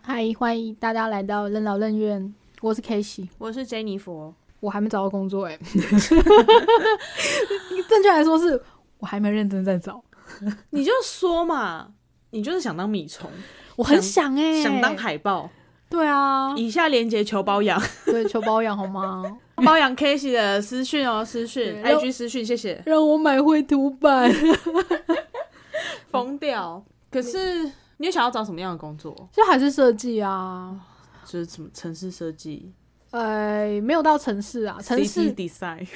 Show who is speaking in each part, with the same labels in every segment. Speaker 1: 嗨，欢迎大家来到任劳任怨，我是 K 喜，
Speaker 2: 我是 Jennifer，
Speaker 1: 我还没找到工作哎、 正确来说是我还没认真在找，
Speaker 2: 你就说嘛，你就是想当米 虫，
Speaker 1: 我很想哎、
Speaker 2: 想当海豹。
Speaker 1: 对啊，
Speaker 2: 以下连接求包养，
Speaker 1: 对，求包养好吗？
Speaker 2: 包养 k a s e y 的私讯哦，私讯
Speaker 1: 对
Speaker 2: IG 私讯，谢 谢。
Speaker 1: 让我买绘图板。
Speaker 2: 疯掉！可是你有想要找什么样的工作？
Speaker 1: 就还是设计啊，
Speaker 2: 就是什么城市设计、
Speaker 1: 呃，没有到城市啊，城
Speaker 2: CD
Speaker 1: 市
Speaker 2: design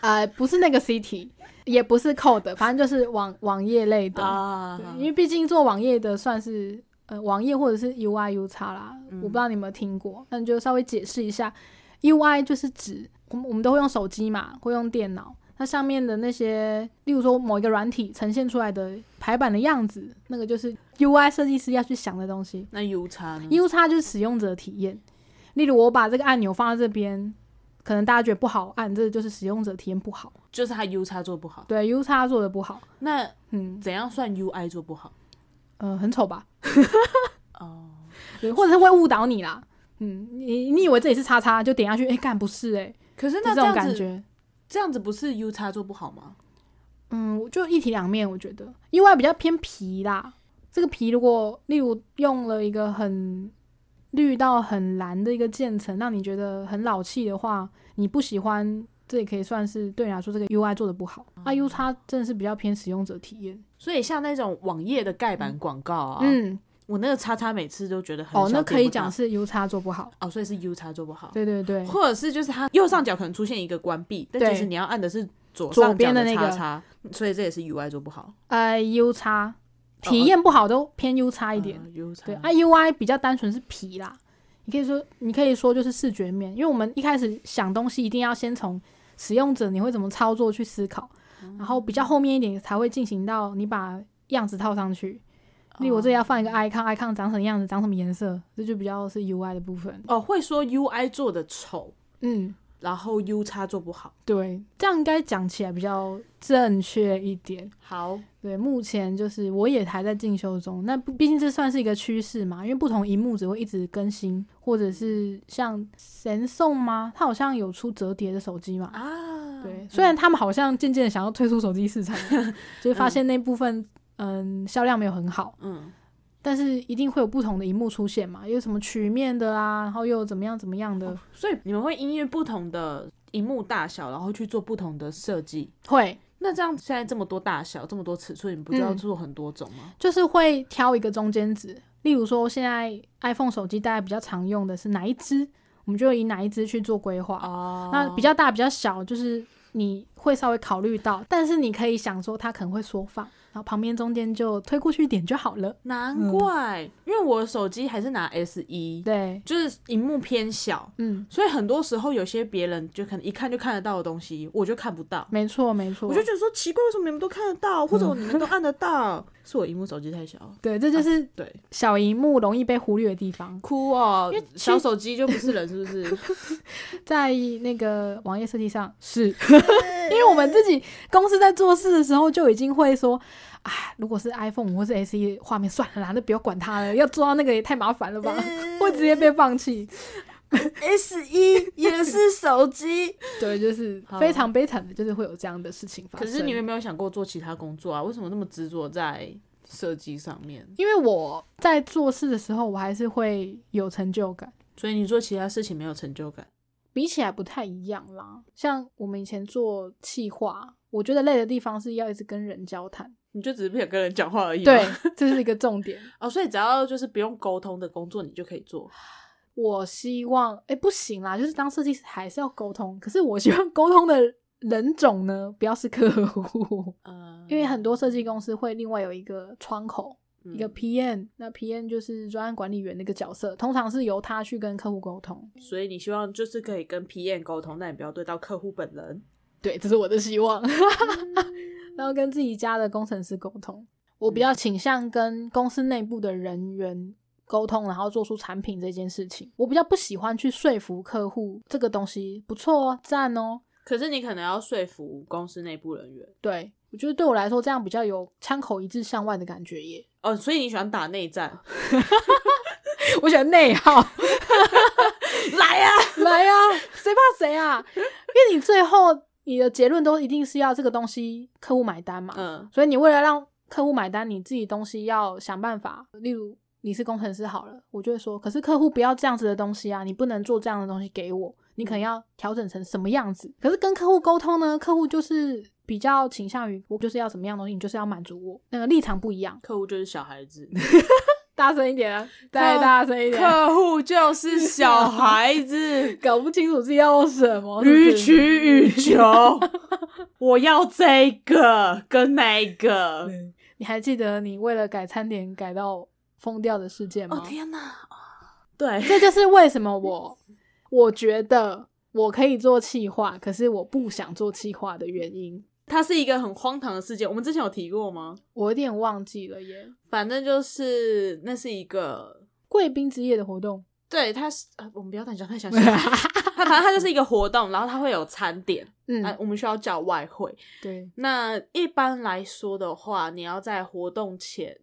Speaker 1: 呃不是那个 CT，也不是 code，反正就是网网页类的。
Speaker 2: 啊
Speaker 1: 对，因为毕竟做网页的算是呃网页或者是 UI U 叉啦，我不知道你有没有听过，那你就稍微解释一下，UI 就是指我们我们都会用手机嘛，会用电脑，它上面的那些，例如说某一个软体呈现出来的排版的样子，那个就是 UI 设计师要去想的东西。
Speaker 2: 那 U 叉呢？
Speaker 1: U 叉就是使用者体验，例如我把这个按钮放在这边。可能大家觉得不好按，这就是使用者体验不好。
Speaker 2: 就是他 U 叉做不好，
Speaker 1: 对，U 叉做的不好，
Speaker 2: 那
Speaker 1: 嗯
Speaker 2: 怎样算 UI 做不好？
Speaker 1: 呃，很丑吧？
Speaker 2: 哦，
Speaker 1: 对，或者是会误导你啦。嗯，你你以为这里是叉叉，就点下去，哎、干不是哎、
Speaker 2: 可是
Speaker 1: 就
Speaker 2: 那
Speaker 1: 这
Speaker 2: 这
Speaker 1: 种
Speaker 2: 样
Speaker 1: 感
Speaker 2: 子，
Speaker 1: 觉。
Speaker 2: 这样子不是 U 叉做不好吗？
Speaker 1: 嗯，就一体两面，我觉得，因为比较偏皮啦。这个皮如果例如用了一个很绿到很蓝的一个渐层，让你觉得很老气的话，你不喜欢，这也可以算是对你来说这个 UI 做的不好。
Speaker 2: 哦
Speaker 1: 啊，U 叉真的是比较偏使用者体验。
Speaker 2: 所以像那种网页的盖板广告啊，
Speaker 1: 嗯，
Speaker 2: 我那个叉叉每次都觉得很
Speaker 1: 哦，
Speaker 2: 小
Speaker 1: 那
Speaker 2: 点
Speaker 1: 可以
Speaker 2: 不大
Speaker 1: 讲是 U 叉做不好。
Speaker 2: 哦，所以是 U 叉做不好，
Speaker 1: 对对对，
Speaker 2: 或者是就是它右上角可能出现一个关闭，但
Speaker 1: 对
Speaker 2: 其实你要按的是左
Speaker 1: 左
Speaker 2: 上角
Speaker 1: 边的那
Speaker 2: 叉
Speaker 1: 个
Speaker 2: 叉，所以这也是 UI 做不好，
Speaker 1: 呃，U 叉
Speaker 2: 哦
Speaker 1: 体验不好都偏 U 叉一点。
Speaker 2: 呃 U 叉
Speaker 1: 对啊，UI 比较单纯是皮啦，你可以说你可以说就是视觉面，因为我们一开始想东西一定要先从使用者你会怎么操作去思考，然后比较后面一点才会进行到你把样子套上去。例如我这里要放一个 icon，icon 长什么样子，长什么颜色，这就比较是 UI 的部分。
Speaker 2: 哦会说 UI 做的丑，
Speaker 1: 嗯，
Speaker 2: 然后 U 叉做不好，
Speaker 1: 对，这样应该讲起来比较正确一点。
Speaker 2: 好，
Speaker 1: 对，目前就是我也还在进修中。那不毕竟这算是一个趋势嘛，因为不同荧幕只会一直更新，或者是像神送吗？它好像有出折叠的手机嘛。
Speaker 2: 啊，
Speaker 1: 对，虽然他们好像渐渐地想要退出手机市 场，就是发现那部分嗯销量没有很好，
Speaker 2: 嗯，
Speaker 1: 但是一定会有不同的荧幕出现嘛，有什么曲面的啊，然后又有怎么样怎么样的，
Speaker 2: 所以你们会因为不同的荧幕大小，然后去做不同的设计。
Speaker 1: 会
Speaker 2: 那这样现在这么多大小，这么多尺寸，你不
Speaker 1: 嗯
Speaker 2: 就要做很多种吗？
Speaker 1: 就是会挑一个中间值，例如说现在 iPhone 手机大家比较常用的是哪一支，我们就以哪一支去做规划。
Speaker 2: 哦
Speaker 1: 那比较大、比较小，就是你会稍微考虑到，但是你可以想说它可能会缩放，然后旁边中间就推过去一点就好了。
Speaker 2: 难怪，因为我手机还是拿 S 一，
Speaker 1: 对，
Speaker 2: 就是荧幕偏小，
Speaker 1: 嗯，
Speaker 2: 所以很多时候有些别人就可能一看就看得到的东西，我就看不到。
Speaker 1: 没错，没错
Speaker 2: 我就。觉得说奇怪，为什么你们都看得 到，或者你们都按得到？是我荧幕手机太小了，
Speaker 1: 对，这就是
Speaker 2: 对，
Speaker 1: 小荧幕容易被忽略的地方，
Speaker 2: 哭哦
Speaker 1: 因为，其
Speaker 2: 小手机就不是人， 是不是？
Speaker 1: 在那个网页设计上 是，因为我们自己公司在做事的时候就已经会说，啊，如果是 iPhone 或是 SE 画面，算了啦，那不要管它了，要做到那个也太麻烦了吧，
Speaker 2: 嗯
Speaker 1: 会直接被放弃。
Speaker 2: S 一也是手机，
Speaker 1: 对，就是
Speaker 2: 好
Speaker 1: 非常悲惨的，就是会有这样的事情发
Speaker 2: 可
Speaker 1: 生。
Speaker 2: 是你们有没有想过做其他工作啊？为什么那么执着在设计上面？
Speaker 1: 因为我在做事的时候，我还是会有成就感，
Speaker 2: 所以你做其他事情没有成就感？
Speaker 1: 比起来不太一样啦。像我们以前做企划，我觉得累的地方是要一直跟人交谈，
Speaker 2: 你就只是不想跟人讲话而已吗。
Speaker 1: 对，这是一个重点。
Speaker 2: 哦，所以只要就是不用沟通的工作，你就可以做。
Speaker 1: 我希望，哎、不行啦，就是当设计师还是要沟通，可是我希望沟通的人种呢，不要是客户，
Speaker 2: 嗯，
Speaker 1: 因为很多设计公司会另外有一个窗口，
Speaker 2: 嗯
Speaker 1: 一个 PM，那 PM 就是专案管理员那个角色，通常是由他去跟客户沟通。
Speaker 2: 所以你希望就是可以跟 PM 沟通，但你不要对到客户本人。
Speaker 1: 对，这是我的希望。
Speaker 2: 嗯
Speaker 1: 然后跟自己家的工程师沟通，我比较倾向跟公司内部的人员沟通，然后做出产品这件事情。我比较不喜欢去说服客户这个东西不错哦，赞哦。
Speaker 2: 可是你可能要说服公司内部人员
Speaker 1: 对我觉得对我来说，这样比较有枪口一致向外的感觉耶。
Speaker 2: 哦，所以你喜欢打内战？
Speaker 1: 我选内耗，
Speaker 2: 来 呀、
Speaker 1: 来呀、谁怕谁啊？因为你最后你的结论都一定是要这个东西客户买单嘛，
Speaker 2: 嗯
Speaker 1: 所以你为了让客户买单，你自己东西要想办法。例如你是工程师好了，我就会说，可是客户不要这样子的东西啊，你不能做这样的东西给我，你可能要调整成什么样子。可是跟客户沟通呢，客户就是比较倾向于我就是要什么样的东西，你就是要满足我，那个立场不一样。
Speaker 2: 客户就是小孩子，
Speaker 1: 大声一点啊，再大声一点，，
Speaker 2: 客户就是小孩子
Speaker 1: 搞不清楚自己要什么，是不
Speaker 2: 予
Speaker 1: 是
Speaker 2: 取予求。 我要这个跟那个。
Speaker 1: 你还记得你为了改餐点改到疯掉的事件吗？
Speaker 2: 哦哪！嗯对，
Speaker 1: 哦这就是为什么我我觉得我可以做企划，可是我不想做企划的原因。
Speaker 2: 它是一个很荒唐的事件。我们之前有提过吗？
Speaker 1: 我有点忘记了耶。
Speaker 2: 反正就是那是一个，
Speaker 1: 贵宾之夜的活动，
Speaker 2: 对，它是、啊、我们不要太讲太详细。 它反正它就是一个活动，然后它会有餐点，
Speaker 1: 嗯，
Speaker 2: 啊，我们需要叫外汇。
Speaker 1: 对，
Speaker 2: 那一般来说的话，你要在活动前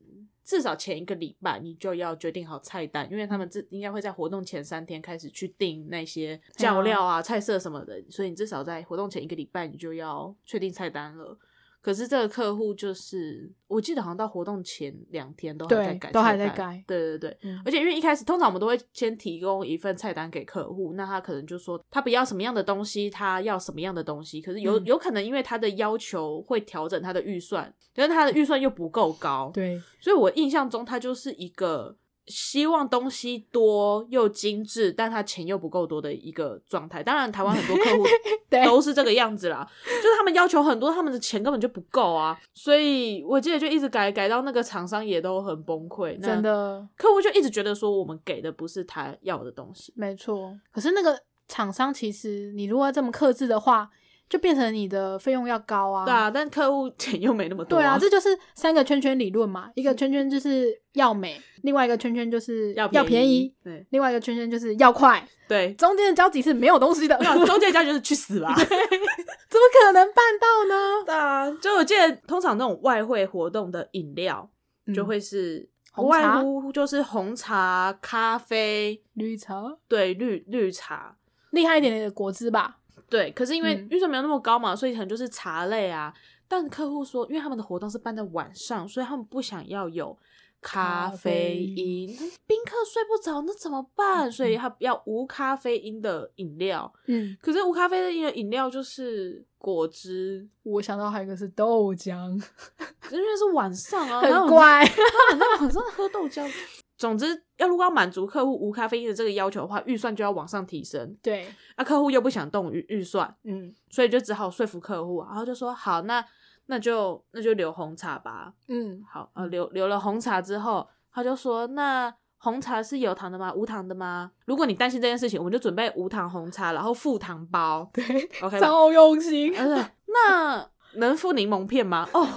Speaker 2: 至少前一个礼拜，你就要决定好菜单，因为他们这应该会在活动前三天开始去订那些酱料啊、菜色什么的，所以你至少在活动前一个礼拜，你就要确定菜单了。可是这个客户就是，我记得好像到活动前两天都还在
Speaker 1: 对
Speaker 2: 改菜单，
Speaker 1: 都还在改
Speaker 2: 对对对，
Speaker 1: 嗯
Speaker 2: 而且因为一开始通常我们都会先提供一份菜单给客户，那他可能就说他不要什么样的东西，他要什么样的东西。可是有、
Speaker 1: 嗯
Speaker 2: 有可能因为他的要求会调整他的预算，可是他的预算又不够高，
Speaker 1: 对，
Speaker 2: 所以我印象中他就是一个希望东西多又精致，但他钱又不够多的一个状态。当然，台湾很多客户
Speaker 1: 对
Speaker 2: 都是这个样子啦，就是他们要求很多，他们的钱根本就不够啊。所以我记得就一直改改到那个厂商也都很崩溃，那
Speaker 1: 真的
Speaker 2: 客户就一直觉得说我们给的不是他要的东西。
Speaker 1: 没错。可是那个厂商其实你如果要这么克制的话，就变成你的费用要高啊。
Speaker 2: 对啊，但客户钱又没那么多、
Speaker 1: 对啊，这就是三个圈圈理论嘛。一个圈圈就是要美，另外一个圈圈就是
Speaker 2: 要
Speaker 1: 要便宜，
Speaker 2: 宜，对
Speaker 1: 另外一个圈圈就是要快，
Speaker 2: 对。
Speaker 1: 中间的交集是没有东西的，
Speaker 2: 没
Speaker 1: 怎
Speaker 2: 有
Speaker 1: 么
Speaker 2: 中介家就是去死 吧！
Speaker 1: 可能办到呢？
Speaker 2: 对啊，就我记得，通常那种外汇活动的饮料就会是
Speaker 1: 嗯红
Speaker 2: 不外
Speaker 1: 茶
Speaker 2: 乎就是红茶、咖啡，
Speaker 1: 绿茶
Speaker 2: 对绿绿茶，
Speaker 1: 厉害一点的果汁吧，
Speaker 2: 对。可是因为
Speaker 1: 嗯
Speaker 2: 预算没有那么高嘛，所以可能就是茶类啊。但客户说，因为他们的活动是办在晚上，所以他们不想要有
Speaker 1: 咖
Speaker 2: 咖啡
Speaker 1: 啡
Speaker 2: 因，那宾客睡不着，那怎么办？所以他要无咖啡因的饮料。
Speaker 1: 嗯，
Speaker 2: 可是无咖啡因的饮料就是果汁，
Speaker 1: 我想到还有一个是豆浆，
Speaker 2: 因为是晚上啊，然后
Speaker 1: 很怪，
Speaker 2: 晚上晚上喝豆浆。总之，要如果要满足客户无咖啡因的这个要求的话，预算就要往上提升。
Speaker 1: 对，
Speaker 2: 啊，客户又不想动预预算，
Speaker 1: 嗯
Speaker 2: 所以就只好说服客户啊，然后就说好，那那就那就留红茶吧。
Speaker 1: 嗯，
Speaker 2: 好，呃，留留了红茶之后，他就说那。红茶是有糖的吗？无糖的吗？如果你担心这件事情，我们就准备无糖红茶，然后附糖包。
Speaker 1: 对，
Speaker 2: OK 吗？
Speaker 1: 超用心，
Speaker 2: 呃对那能附柠檬片吗？哦，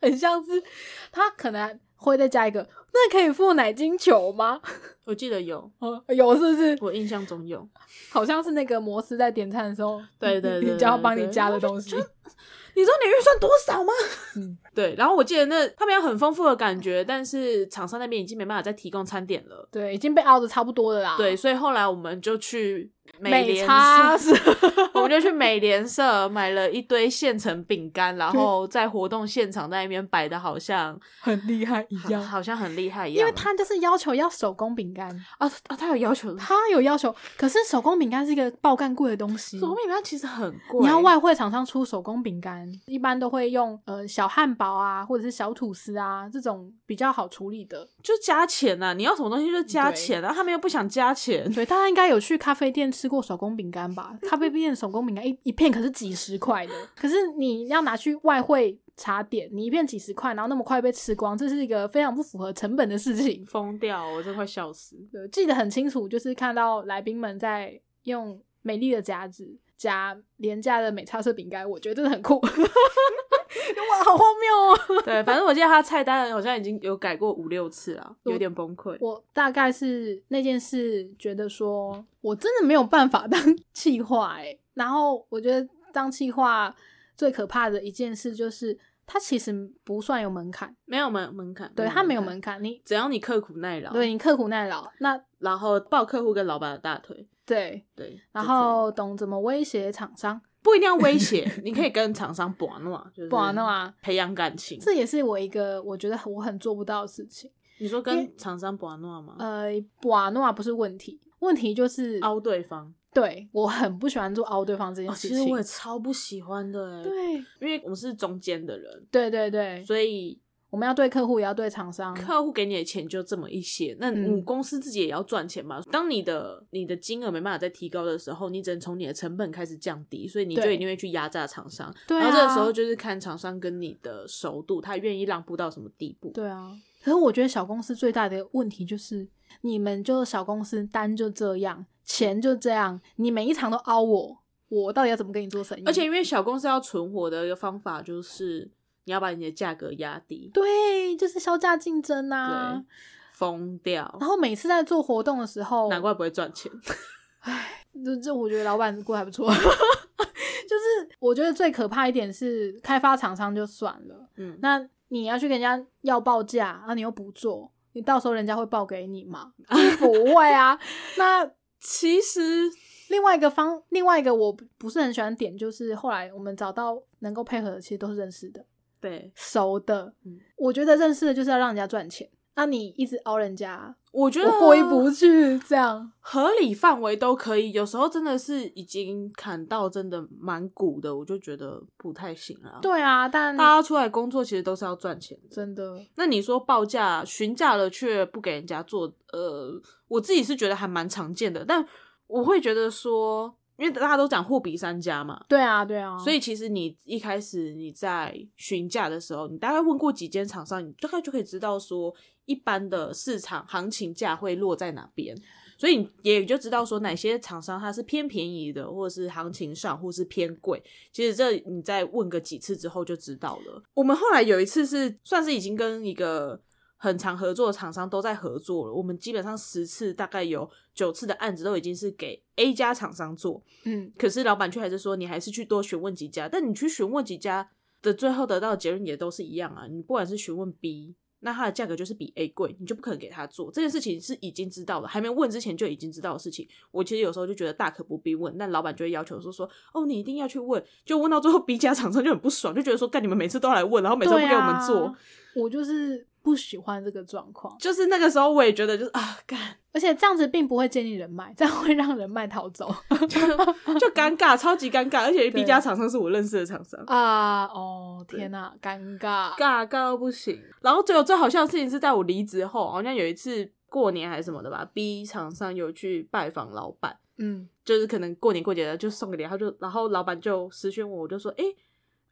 Speaker 1: 很像是他可能会再加一个，那可以附奶精球吗？
Speaker 2: 我记得有，
Speaker 1: 哦，有是不是？
Speaker 2: 我印象中有。
Speaker 1: 好像是那个摩斯在点餐的时候，
Speaker 2: 对对对对
Speaker 1: 人家要帮你加的东西，
Speaker 2: 你知道你预算多少吗？
Speaker 1: 嗯，
Speaker 2: 对，然后我记得那他们有很丰富的感觉，但是厂商那边已经没办法再提供餐点了。
Speaker 1: 对，已经被熬的差不多了啦，
Speaker 2: 对，，所以后来我们就去美
Speaker 1: 美
Speaker 2: 联
Speaker 1: 差
Speaker 2: 社，
Speaker 1: 是
Speaker 2: 我们就去美联社买了一堆现成饼干，然后在活动现场在那边摆的好像
Speaker 1: 很厉害一
Speaker 2: 好
Speaker 1: 样。
Speaker 2: 好像很厉害一样，
Speaker 1: 因为他就是要求要手工饼干，
Speaker 2: 啊啊，他有要求的，
Speaker 1: 他有要求，可是手工饼干是一个爆干贵的东西，
Speaker 2: 手工饼干其实很贵，
Speaker 1: 你要外汇厂商出手工饼干，一般都会用呃小汉堡啊，或者是小吐司啊这种比较好处理的。
Speaker 2: 就加钱呐、啊你要什么东西就加
Speaker 1: 对
Speaker 2: 钱啊，他们又不想加 钱，
Speaker 1: 对，大家应该有去咖啡店吃过手工饼干吧？咖啡店手工饼干一一片可是几十块的，可是你要拿去外汇茶点，你一片几十块，然后那么快被吃光，这是一个非常不符合成本的事情。
Speaker 2: 疯掉，我真快笑死。
Speaker 1: 对，记得很清楚，就是看到来宾们在用美丽的夹子夹廉价的美差色饼干，我觉得真的很酷。 哇，好荒谬哦！
Speaker 2: 对，反正我记得他菜单好像已经有改过五六次了，有点崩溃。
Speaker 1: 我大概是那件 事觉得说，我真的没有办法当欸气话哎、然后我觉得。当企划最可怕的一件事就是，它其实不算有门槛，
Speaker 2: 没有门门槛，
Speaker 1: 对，它没有
Speaker 2: 槛，
Speaker 1: 门槛，你
Speaker 2: 只要你刻苦耐劳，
Speaker 1: 对，你刻苦耐劳，那
Speaker 2: 然后抱客户跟老板的大腿，
Speaker 1: 对，
Speaker 2: 对，就
Speaker 1: 然
Speaker 2: 可以了
Speaker 1: 后懂怎么威胁厂商，
Speaker 2: 不一定要威 胁，你可以跟厂商玩 弄，就是
Speaker 1: 不然的，话，
Speaker 2: 培养感情。
Speaker 1: 啊这也是我一个我觉得我很做不到的事情。
Speaker 2: 你说
Speaker 1: 因
Speaker 2: 跟厂商玩弄啊吗？
Speaker 1: 呃，瓦诺瓦不是问题，问题就是
Speaker 2: 嗯凹对方，
Speaker 1: 对我很不喜欢做凹对方这件
Speaker 2: 哦，
Speaker 1: 事
Speaker 2: 其实
Speaker 1: 情。
Speaker 2: 我也超不喜欢的哎，，
Speaker 1: 对
Speaker 2: 因为我们是中间的人，
Speaker 1: 对对对，
Speaker 2: 所以
Speaker 1: 我们要对客户也要对厂商，
Speaker 2: 客户给你的钱就这么一些，那
Speaker 1: 嗯
Speaker 2: 你公司自己也要赚钱嘛。当你的你的金额没办法再提高的时候，你只能从你的成本开始降低，所以你就
Speaker 1: 对
Speaker 2: 一定会去压榨厂商。
Speaker 1: 对
Speaker 2: 然后这个时候
Speaker 1: 啊
Speaker 2: 就是看厂商跟你的熟度，他愿意让步到什么地步。
Speaker 1: 对啊。可是我觉得小公司最大的问题就是，你们就小公司单就这样，钱就这样，你每一场都凹我，我到底要怎么跟你做生意？
Speaker 2: 而且因为小公司要存活的一个方法就是你要把你的价格压低，
Speaker 1: 对，就是销价竞争啊哦
Speaker 2: 对。，疯掉，
Speaker 1: 然后每次在做活动的时候，
Speaker 2: 难怪不会赚钱。
Speaker 1: 这这我觉得老板过得还不错。 就是我觉得最可怕一点是开发厂商就算了，
Speaker 2: 嗯，
Speaker 1: 那你要去跟人家要报价，那、你又不做，你到时候人家会报给你 吗？不会啊。那
Speaker 2: 其实
Speaker 1: 另外一个方，另外一个我不是很喜欢点，就是后来我们找到能够配合的，其实都是认识的、
Speaker 2: 对，
Speaker 1: 熟的。
Speaker 2: 嗯
Speaker 1: 我觉得认识的就是要让人家赚钱，那你一直熬人家，
Speaker 2: 我觉得
Speaker 1: 我过意不去，这 样。
Speaker 2: 合理范围都可以，有时候真的是已经砍到真的蛮骨的，我就觉得不太行了。，
Speaker 1: 对啊，但
Speaker 2: 大家出来工作其实都是要赚钱的。
Speaker 1: 真的
Speaker 2: 那你说报价询价了却不给人家做，呃，我自己是觉得还蛮常见的，但我会觉得说，因为大家都讲货比三家嘛，
Speaker 1: 对啊，对啊，
Speaker 2: 所以其实你一开始你在询价的时候，你大概问过几间厂商，你大概就可以知道说一般的市场行情价会落在哪边，所以你也就知道说哪些厂商它是偏便宜的，或者是行情上，或是偏贵。其实这你再问个几次之后就知道了。我们后来有一次是算是已经跟一个。很常合作的厂商都在合作了，我们基本上十次大概有九次的案子都已经是给 A 家厂商做，
Speaker 1: 嗯，
Speaker 2: 可是老板却还是说你还是去多询问几家，但你去询问几家的最后得到的结论也都是一样啊。你不管是询问 B，那它的价格就是比 A 贵，你就不可能给他做这件事情是已经知道了，还没问之前就已经知道的事情。我其实有时候就觉得大可不必问，但老板就会要求说说哦，你一定要去问，就问到最后 B 家厂商就很不爽，就觉得说干你们每次都要来问，然后每次都不给我们做，
Speaker 1: 对啊我就是不喜欢这个状况，
Speaker 2: 就是那个时候我也觉得就是啊干
Speaker 1: 而且这样子并不会建立人脉，这样会让人脉逃走
Speaker 2: 就 尴尬，超级尴尬，而且 B
Speaker 1: 对
Speaker 2: 家厂商是我认识的厂商。
Speaker 1: 啊！哦，天哪、尴尬，
Speaker 2: 尬尬到不行。然后最有最好笑的事情是在我离职后，好像有一次过年还是什么的吧，B 厂商有去拜访老板，
Speaker 1: 嗯，
Speaker 2: 就是可能过年过节的就送给你，他就然后老板就私讯我，我就说，诶，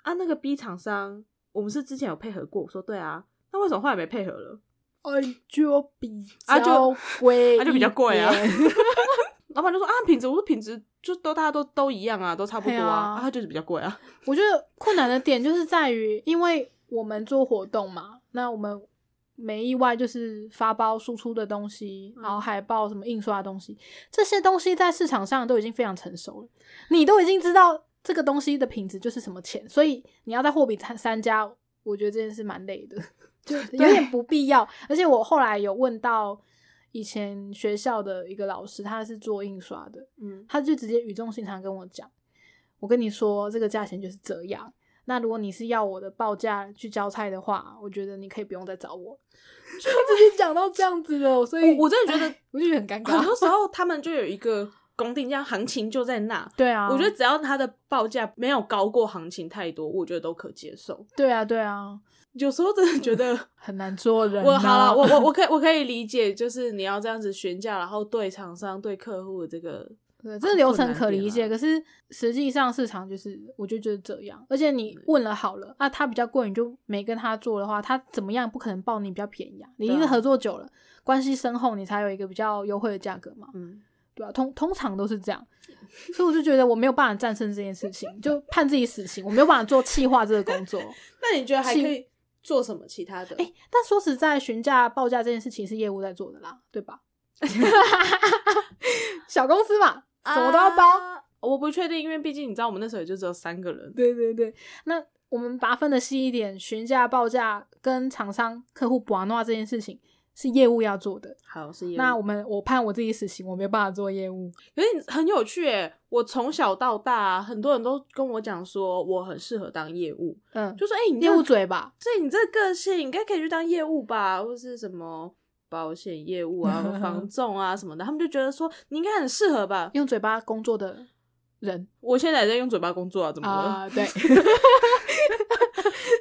Speaker 2: 啊那个 B 厂商，我们是之前有配合过，我说对啊，那为什么后来没配合了？
Speaker 1: 哎，就比
Speaker 2: 啊
Speaker 1: 较
Speaker 2: 就
Speaker 1: 贵，
Speaker 2: 啊就比较贵啊老板就说啊品质，我说品质就都大家都都一样啊，都差不多
Speaker 1: 对啊
Speaker 2: 啊，啊他就是比较贵啊，
Speaker 1: 我觉得困难的点就是在于，因为我们做活动嘛，那我们没意外就是发包输出的东西，然
Speaker 2: 嗯
Speaker 1: 后海报什么印刷的东西，这些东西在市场上都已经非常成熟了，你都已经知道这个东西的品质就是什么钱，所以你要在货比三三家，我觉得这件事蛮累的， 就有点不必要。而且我后来有问到以前学校的一个老师，他是做印刷的，
Speaker 2: 嗯，
Speaker 1: 他就直接语重心长跟我讲：“我跟你说，这个价钱就是这样。那如果你是要我的报价去交差的话，我觉得你可以不用再找我。” 就直接讲到这样子了，所以
Speaker 2: 我我真的觉得
Speaker 1: 哎 我就觉得很尴
Speaker 2: 很
Speaker 1: 尬。
Speaker 2: 多时候他们就有一个公定价，行情就在那。
Speaker 1: 对啊，
Speaker 2: 我觉得只要它的报价没有高过行情太多，我觉得都可接受。
Speaker 1: 对啊，对啊，
Speaker 2: 有时候真的觉得
Speaker 1: 很难做人、啊。
Speaker 2: 我好了，我 我我可以我可以理解，就是你要这样子询价，然后对厂商对客户的这个，
Speaker 1: 对，这流程
Speaker 2: 困难
Speaker 1: 可
Speaker 2: 点
Speaker 1: 理
Speaker 2: 啦
Speaker 1: 解，可是实际上市场就是，我就觉得这样。而且你问了好了，啊，他比较贵，你就没跟他做的话，他怎么样不可能报你比较便宜啊？你一
Speaker 2: 对啊
Speaker 1: 定合作久了，关系深厚，你才有一个比较优惠的价格嘛。
Speaker 2: 嗯，
Speaker 1: 对啊，通通常都是这样，所以我就觉得我没有办法战胜这件事情，就判自己死刑，我没有办法做企划这个工作。
Speaker 2: 那你觉得还
Speaker 1: 其
Speaker 2: 可以做什么其他的？
Speaker 1: 哎、但说实在，询价报价这件事情是业务在 做的啦，对吧？小公司嘛，什么都要包，
Speaker 2: 啊我不确定，因为毕竟你知道我们那时候也就只有三个人。
Speaker 1: 对对对，那我们把它分的细一点，询价、报价跟厂商、客户把诺这件事情是业务要做的。
Speaker 2: 好，是业务。
Speaker 1: 那我们我判我自己死刑，我没有办法做业务。
Speaker 2: 可是很有趣诶，我从小到大、啊很多人都跟我讲说我很适合当业务，
Speaker 1: 嗯，
Speaker 2: 就说哎、你
Speaker 1: 业
Speaker 2: 这样
Speaker 1: 务嘴吧，
Speaker 2: 对你这个个性，应该可以去当业务吧，或是什么保险业务 啊、房仲啊什么的，他们就觉得说你应该很适合吧。
Speaker 1: 用嘴巴工作的人
Speaker 2: 我现在也在用嘴巴工作啊，怎么了？
Speaker 1: 啊、 对，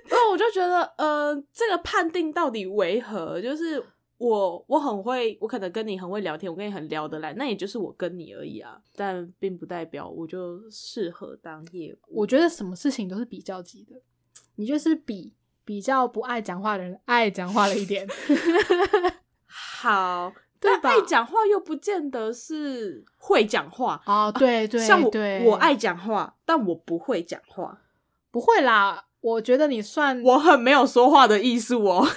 Speaker 2: 然后我就觉得，呃，这个判定到底为何？就是我我很会，我可能跟你很会聊天，我跟你很聊得来，那也就是我跟你而已啊，但并不代表我就适合当业务。
Speaker 1: 我觉得什么事情都是比较级的，你就是比比较不爱讲话的人爱讲话了一点，
Speaker 2: 好，
Speaker 1: 对
Speaker 2: 但
Speaker 1: 吧
Speaker 2: 爱讲话又不见得是会讲话。
Speaker 1: 哦，对对，
Speaker 2: 像我，
Speaker 1: 对
Speaker 2: 我爱讲话，但我不会讲话，
Speaker 1: 不会啦，我觉得你算
Speaker 2: 我很没有说话的艺术哦。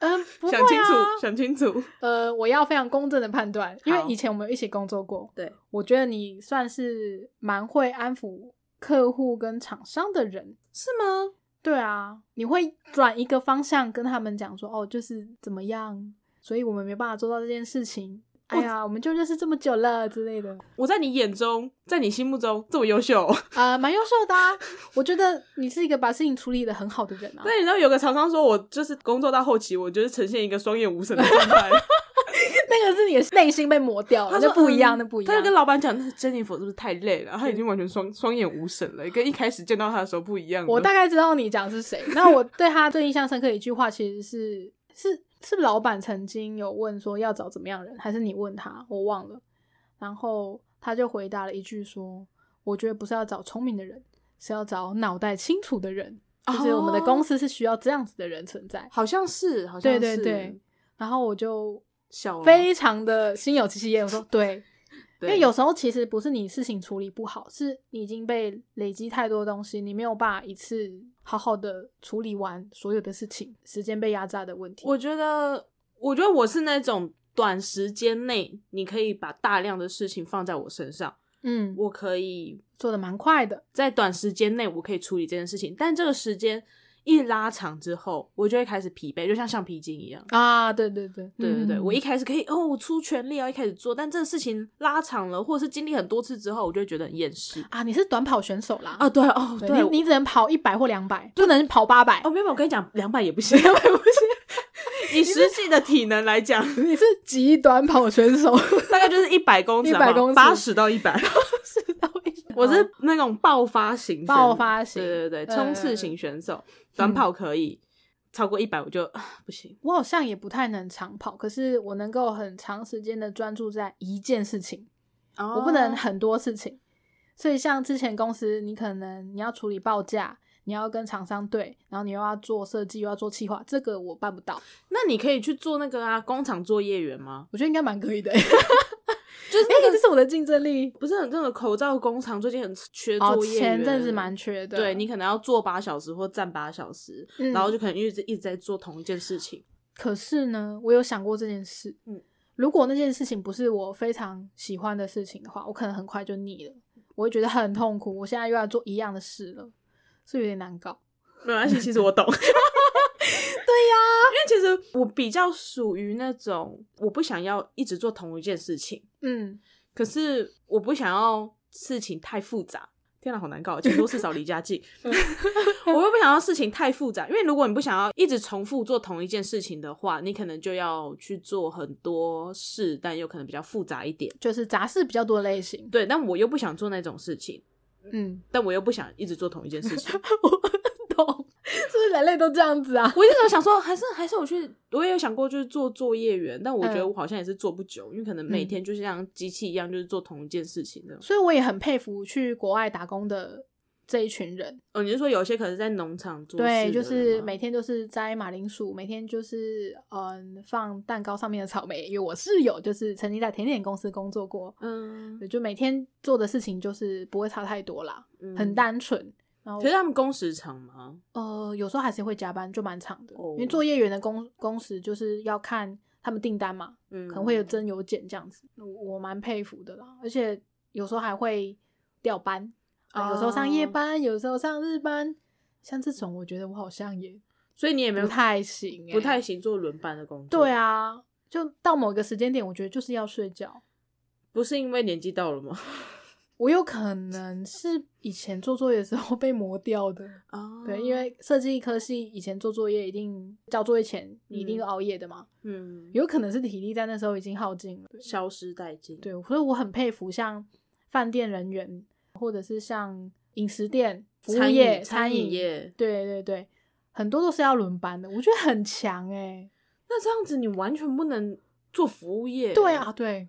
Speaker 1: 嗯、不会
Speaker 2: 想清楚，
Speaker 1: 啊，
Speaker 2: 想清楚。
Speaker 1: 呃，我要非常公正的判断，因为
Speaker 2: 好
Speaker 1: 以前我们有一起工作过，
Speaker 2: 对，
Speaker 1: 我觉得你算是蛮会安抚客户跟厂商的人。
Speaker 2: 是吗？
Speaker 1: 对啊，你会转一个方向跟他们讲说，哦，就是怎么样，所以我们没办法做到这件事情。哎呀，我们就认识这么久了之类的，
Speaker 2: 我在你眼中，在你心目中这么优秀。
Speaker 1: 啊，蛮优秀的、啊。我觉得你是一个把事情处理的很好的人啊。
Speaker 2: 那你知道有个常常说我就是工作到后期，我就是呈现一个双眼无神的状 态。
Speaker 1: 那个是你的内心被磨掉了，哦那不一样，
Speaker 2: 嗯
Speaker 1: 那不一
Speaker 2: 他就跟
Speaker 1: 样。
Speaker 2: 老板讲，那珍妮佛是不是太累了？他已经完全双双眼无神了，跟一开始见到他的时候不一 样了。
Speaker 1: 我大概知道你讲是谁。那我对他最印象深刻的一句话，其实是是是老板曾经有问说要找怎么样的人，还是你问他，我忘了。然后他就回答了一句说：“我觉得不是要找聪明的人，是要找脑袋清楚的人。就是我们的公
Speaker 2: 司，
Speaker 1: 司是需要这样子的人存在。
Speaker 2: 哦好像是，好像
Speaker 1: 对
Speaker 2: 是
Speaker 1: 对对，。然后我就
Speaker 2: 小了
Speaker 1: 非常的心有戚戚焉。我说对，因
Speaker 2: 对
Speaker 1: 为有时候其实不是你事情处理不好，是你已经被累积太多东西，你没有办法一次好好的处理完所有的事情，时间被压榨的问题。
Speaker 2: 我觉得，我觉得我是那种短时间内你可以把大量的事情放在我身上，
Speaker 1: 嗯，
Speaker 2: 我可以
Speaker 1: 做的蛮快的，
Speaker 2: 在短时间内我可以处理这件事情，但这个时间一拉长之后，我就会开始疲惫，就像橡皮筋一样。
Speaker 1: 啊，对对对，
Speaker 2: 对对对，
Speaker 1: 嗯
Speaker 2: 我一开始可以哦，我出全力要一开始做，但这个事情拉长了，或者是经历很多次之后，我就会觉得很厌世
Speaker 1: 啊，你是短跑选手啦，
Speaker 2: 啊。对哦，
Speaker 1: 对，
Speaker 2: 对，
Speaker 1: 你你只能跑一百或两百，不能跑八百
Speaker 2: 哦，。没有，我跟你讲，两百也不行，两百不行。以实际的体能 来讲，
Speaker 1: 你是极短跑选手，
Speaker 2: 大概就是一百公尺，
Speaker 1: 100公尺
Speaker 2: 八十到 一百。
Speaker 1: 是到一
Speaker 2: 我是那种爆发型选，
Speaker 1: 嗯爆发型
Speaker 2: 对对对，
Speaker 1: 呃
Speaker 2: 冲刺型选手，
Speaker 1: 嗯
Speaker 2: 短跑可以，超过一百我就 啊不行。
Speaker 1: 我好像也不太能长跑，可是我能够很长时间的专注在一件事情，我不
Speaker 2: 哦
Speaker 1: 能很多事情。所以像之前公司，你可能你要处理报价，你要跟厂商对，然后你又要做设计，又要做企划，这个我办不到。
Speaker 2: 那你可以去做那个啊，工厂作业员吗？
Speaker 1: 我觉得应该蛮可以的、 欸，
Speaker 2: 就是
Speaker 1: 哎、这是我的竞争力。
Speaker 2: 不是很那个口罩工厂最近很缺
Speaker 1: 哦，
Speaker 2: 作业员，
Speaker 1: 前阵子蛮缺的，
Speaker 2: 对你可能要做八小时或站八小时，
Speaker 1: 嗯
Speaker 2: 然后就可能一直一直在做同一件事情。
Speaker 1: 可是呢，我有想过这件事。
Speaker 2: 嗯，
Speaker 1: 如果那件事情不是我非常喜欢的事情的话，我可能很快就腻了，我会觉得很痛苦。我现在又要做一样的事了，是有点难搞。
Speaker 2: 没关系，其实我懂。对 呀、因为其实我比较属于那种我不想要一直做同一件事情，
Speaker 1: 嗯，
Speaker 2: 可是我不想要事情太复杂。天哪，好难搞！钱多事少离 家近。
Speaker 1: 嗯
Speaker 2: 我又不想要事情太复杂，因为如果你不想要一直重复做同一件事情的话，你可能就要去做很多事，但有可能比较复杂一点。
Speaker 1: 就是杂事比较多的类型。
Speaker 2: 对，但我又不想做那种事情，
Speaker 1: 嗯，
Speaker 2: 但我又不想一直做同一件事 情。
Speaker 1: 我懂，是不是人类都这样子啊？
Speaker 2: 我一直有想说，还是还是我去，我也有想过就是做作业员，但我觉得
Speaker 1: 嗯
Speaker 2: 我好像也是做不久，因为可能每天就是像机器一样，就是做同一件事情这样。
Speaker 1: 所以我也很佩服去国外打工的这一群人。
Speaker 2: 哦，你是说有些可能在农场做事的
Speaker 1: 对，
Speaker 2: 人
Speaker 1: 就是啊
Speaker 2: 吗
Speaker 1: 每天就是摘马铃薯，每天就是嗯放蛋糕上面的草莓。因为我室友就是曾经在甜点公司工作过，
Speaker 2: 嗯
Speaker 1: 对，就每天做的事情就是不会差太多啦，
Speaker 2: 嗯
Speaker 1: 很。单纯。然后
Speaker 2: 可是他们工时长吗？
Speaker 1: 呃，有时候还是会加班，就蛮长的。
Speaker 2: 哦
Speaker 1: 因为作业员的工工时就是要看他们订单嘛，
Speaker 2: 嗯，
Speaker 1: 可能会有增有减这样子。我我蛮佩服的啦，而且有时候还会调班、啊有时候上
Speaker 2: 哦
Speaker 1: 夜班，有时候上日班。像这种，我觉得我好像也
Speaker 2: 所以你也没有
Speaker 1: 不太行、欸，
Speaker 2: 不太行做轮班的工作。
Speaker 1: 对，啊。就到某个时间点，我觉得就是要睡觉。
Speaker 2: 不是因为年纪到了 吗？
Speaker 1: 我有可能是以前做作业的时候被磨掉的。
Speaker 2: 啊
Speaker 1: 对，因为设计科系以前做作业一定交作业前你一定是
Speaker 2: 嗯
Speaker 1: 熬夜的嘛，
Speaker 2: 嗯，
Speaker 1: 有可能是体力在那时候已经耗尽了。
Speaker 2: 消失殆尽。，
Speaker 1: 对，所以我很佩服像饭店人员，或者是像饮食店、服务
Speaker 2: 餐
Speaker 1: 业、
Speaker 2: 饮
Speaker 1: 餐
Speaker 2: 餐
Speaker 1: 饮
Speaker 2: 饮，业。
Speaker 1: 对对对，很多都是要轮班的，我觉得很强哎、
Speaker 2: 那这样子你完全不能做服务业。
Speaker 1: 对啊，，对，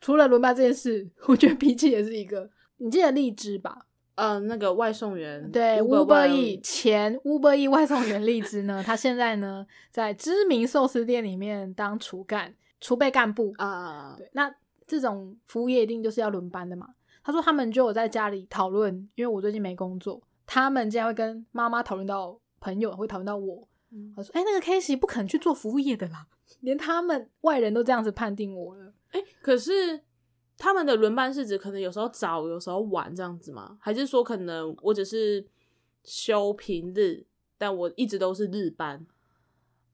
Speaker 1: 除了轮班这件事， 我觉得脾气也是一个。你记得荔枝吧？
Speaker 2: 呃，那个外送员，
Speaker 1: 对
Speaker 2: Uber
Speaker 1: ，Uber
Speaker 2: Wild
Speaker 1: E 前 Uber E 外送员荔枝呢，他现在呢在知名寿司店里面当厨干、储备干部
Speaker 2: 啊，
Speaker 1: 对，那这种服务业一定就是要轮班的嘛。他说他们就有在家里讨论，因为我最近没工作，他们竟然会跟妈妈讨论到朋友，会讨论到我。
Speaker 2: 嗯
Speaker 1: 他说：“哎、那个 Casey 不可能去做服务业的啦，连他们外人都这样子判定我了。
Speaker 2: 哎、可是他们的轮班是指可能有时候早，有时候晚这样子吗？还是说可能我只是休平日，但我一直都是日班？”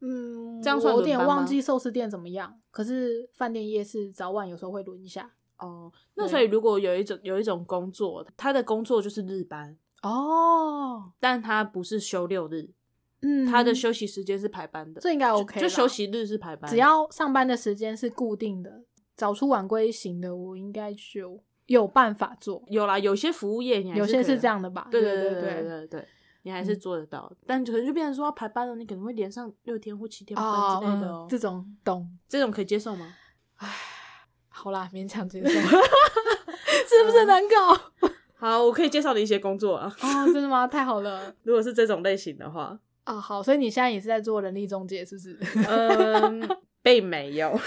Speaker 1: 嗯，
Speaker 2: 这样算
Speaker 1: 我有
Speaker 2: 轮
Speaker 1: 点
Speaker 2: 班
Speaker 1: 忘
Speaker 2: 吗
Speaker 1: 记寿司店怎么样，可是饭店夜市早晚有时候会轮一下。
Speaker 2: 哦，那
Speaker 1: 对
Speaker 2: 所以如果有一种有一种工作，他的工作就是日班，
Speaker 1: 哦，
Speaker 2: 但他不是休六日，
Speaker 1: 嗯，
Speaker 2: 他的休息时间是排班的，
Speaker 1: 这应该
Speaker 2: 就
Speaker 1: OK，
Speaker 2: 就
Speaker 1: 啦
Speaker 2: 休息日是排班，
Speaker 1: 只要上班的时间是固定的，早出晚归型的，我应该就有办法做。
Speaker 2: 有啦，有些服务业你还
Speaker 1: 有些
Speaker 2: 是可以
Speaker 1: 是这，样的吧？
Speaker 2: 对
Speaker 1: 对
Speaker 2: 对
Speaker 1: 对
Speaker 2: 对对对对。嗯你还是做得到，但可能就变成说要排班了，你可能会连上六天或七天班
Speaker 1: 哦，
Speaker 2: 之类的哦
Speaker 1: 嗯。这种懂。
Speaker 2: 这种可以接受吗？
Speaker 1: 好啦，勉强接受，是不是难搞？
Speaker 2: 好，我可以介绍你一些工作啊。
Speaker 1: 哦，真的吗？太好了
Speaker 2: 如果是这种类型的话，
Speaker 1: 啊！好，所以你现在也是在做人力中介，是不是？
Speaker 2: 嗯，并没有。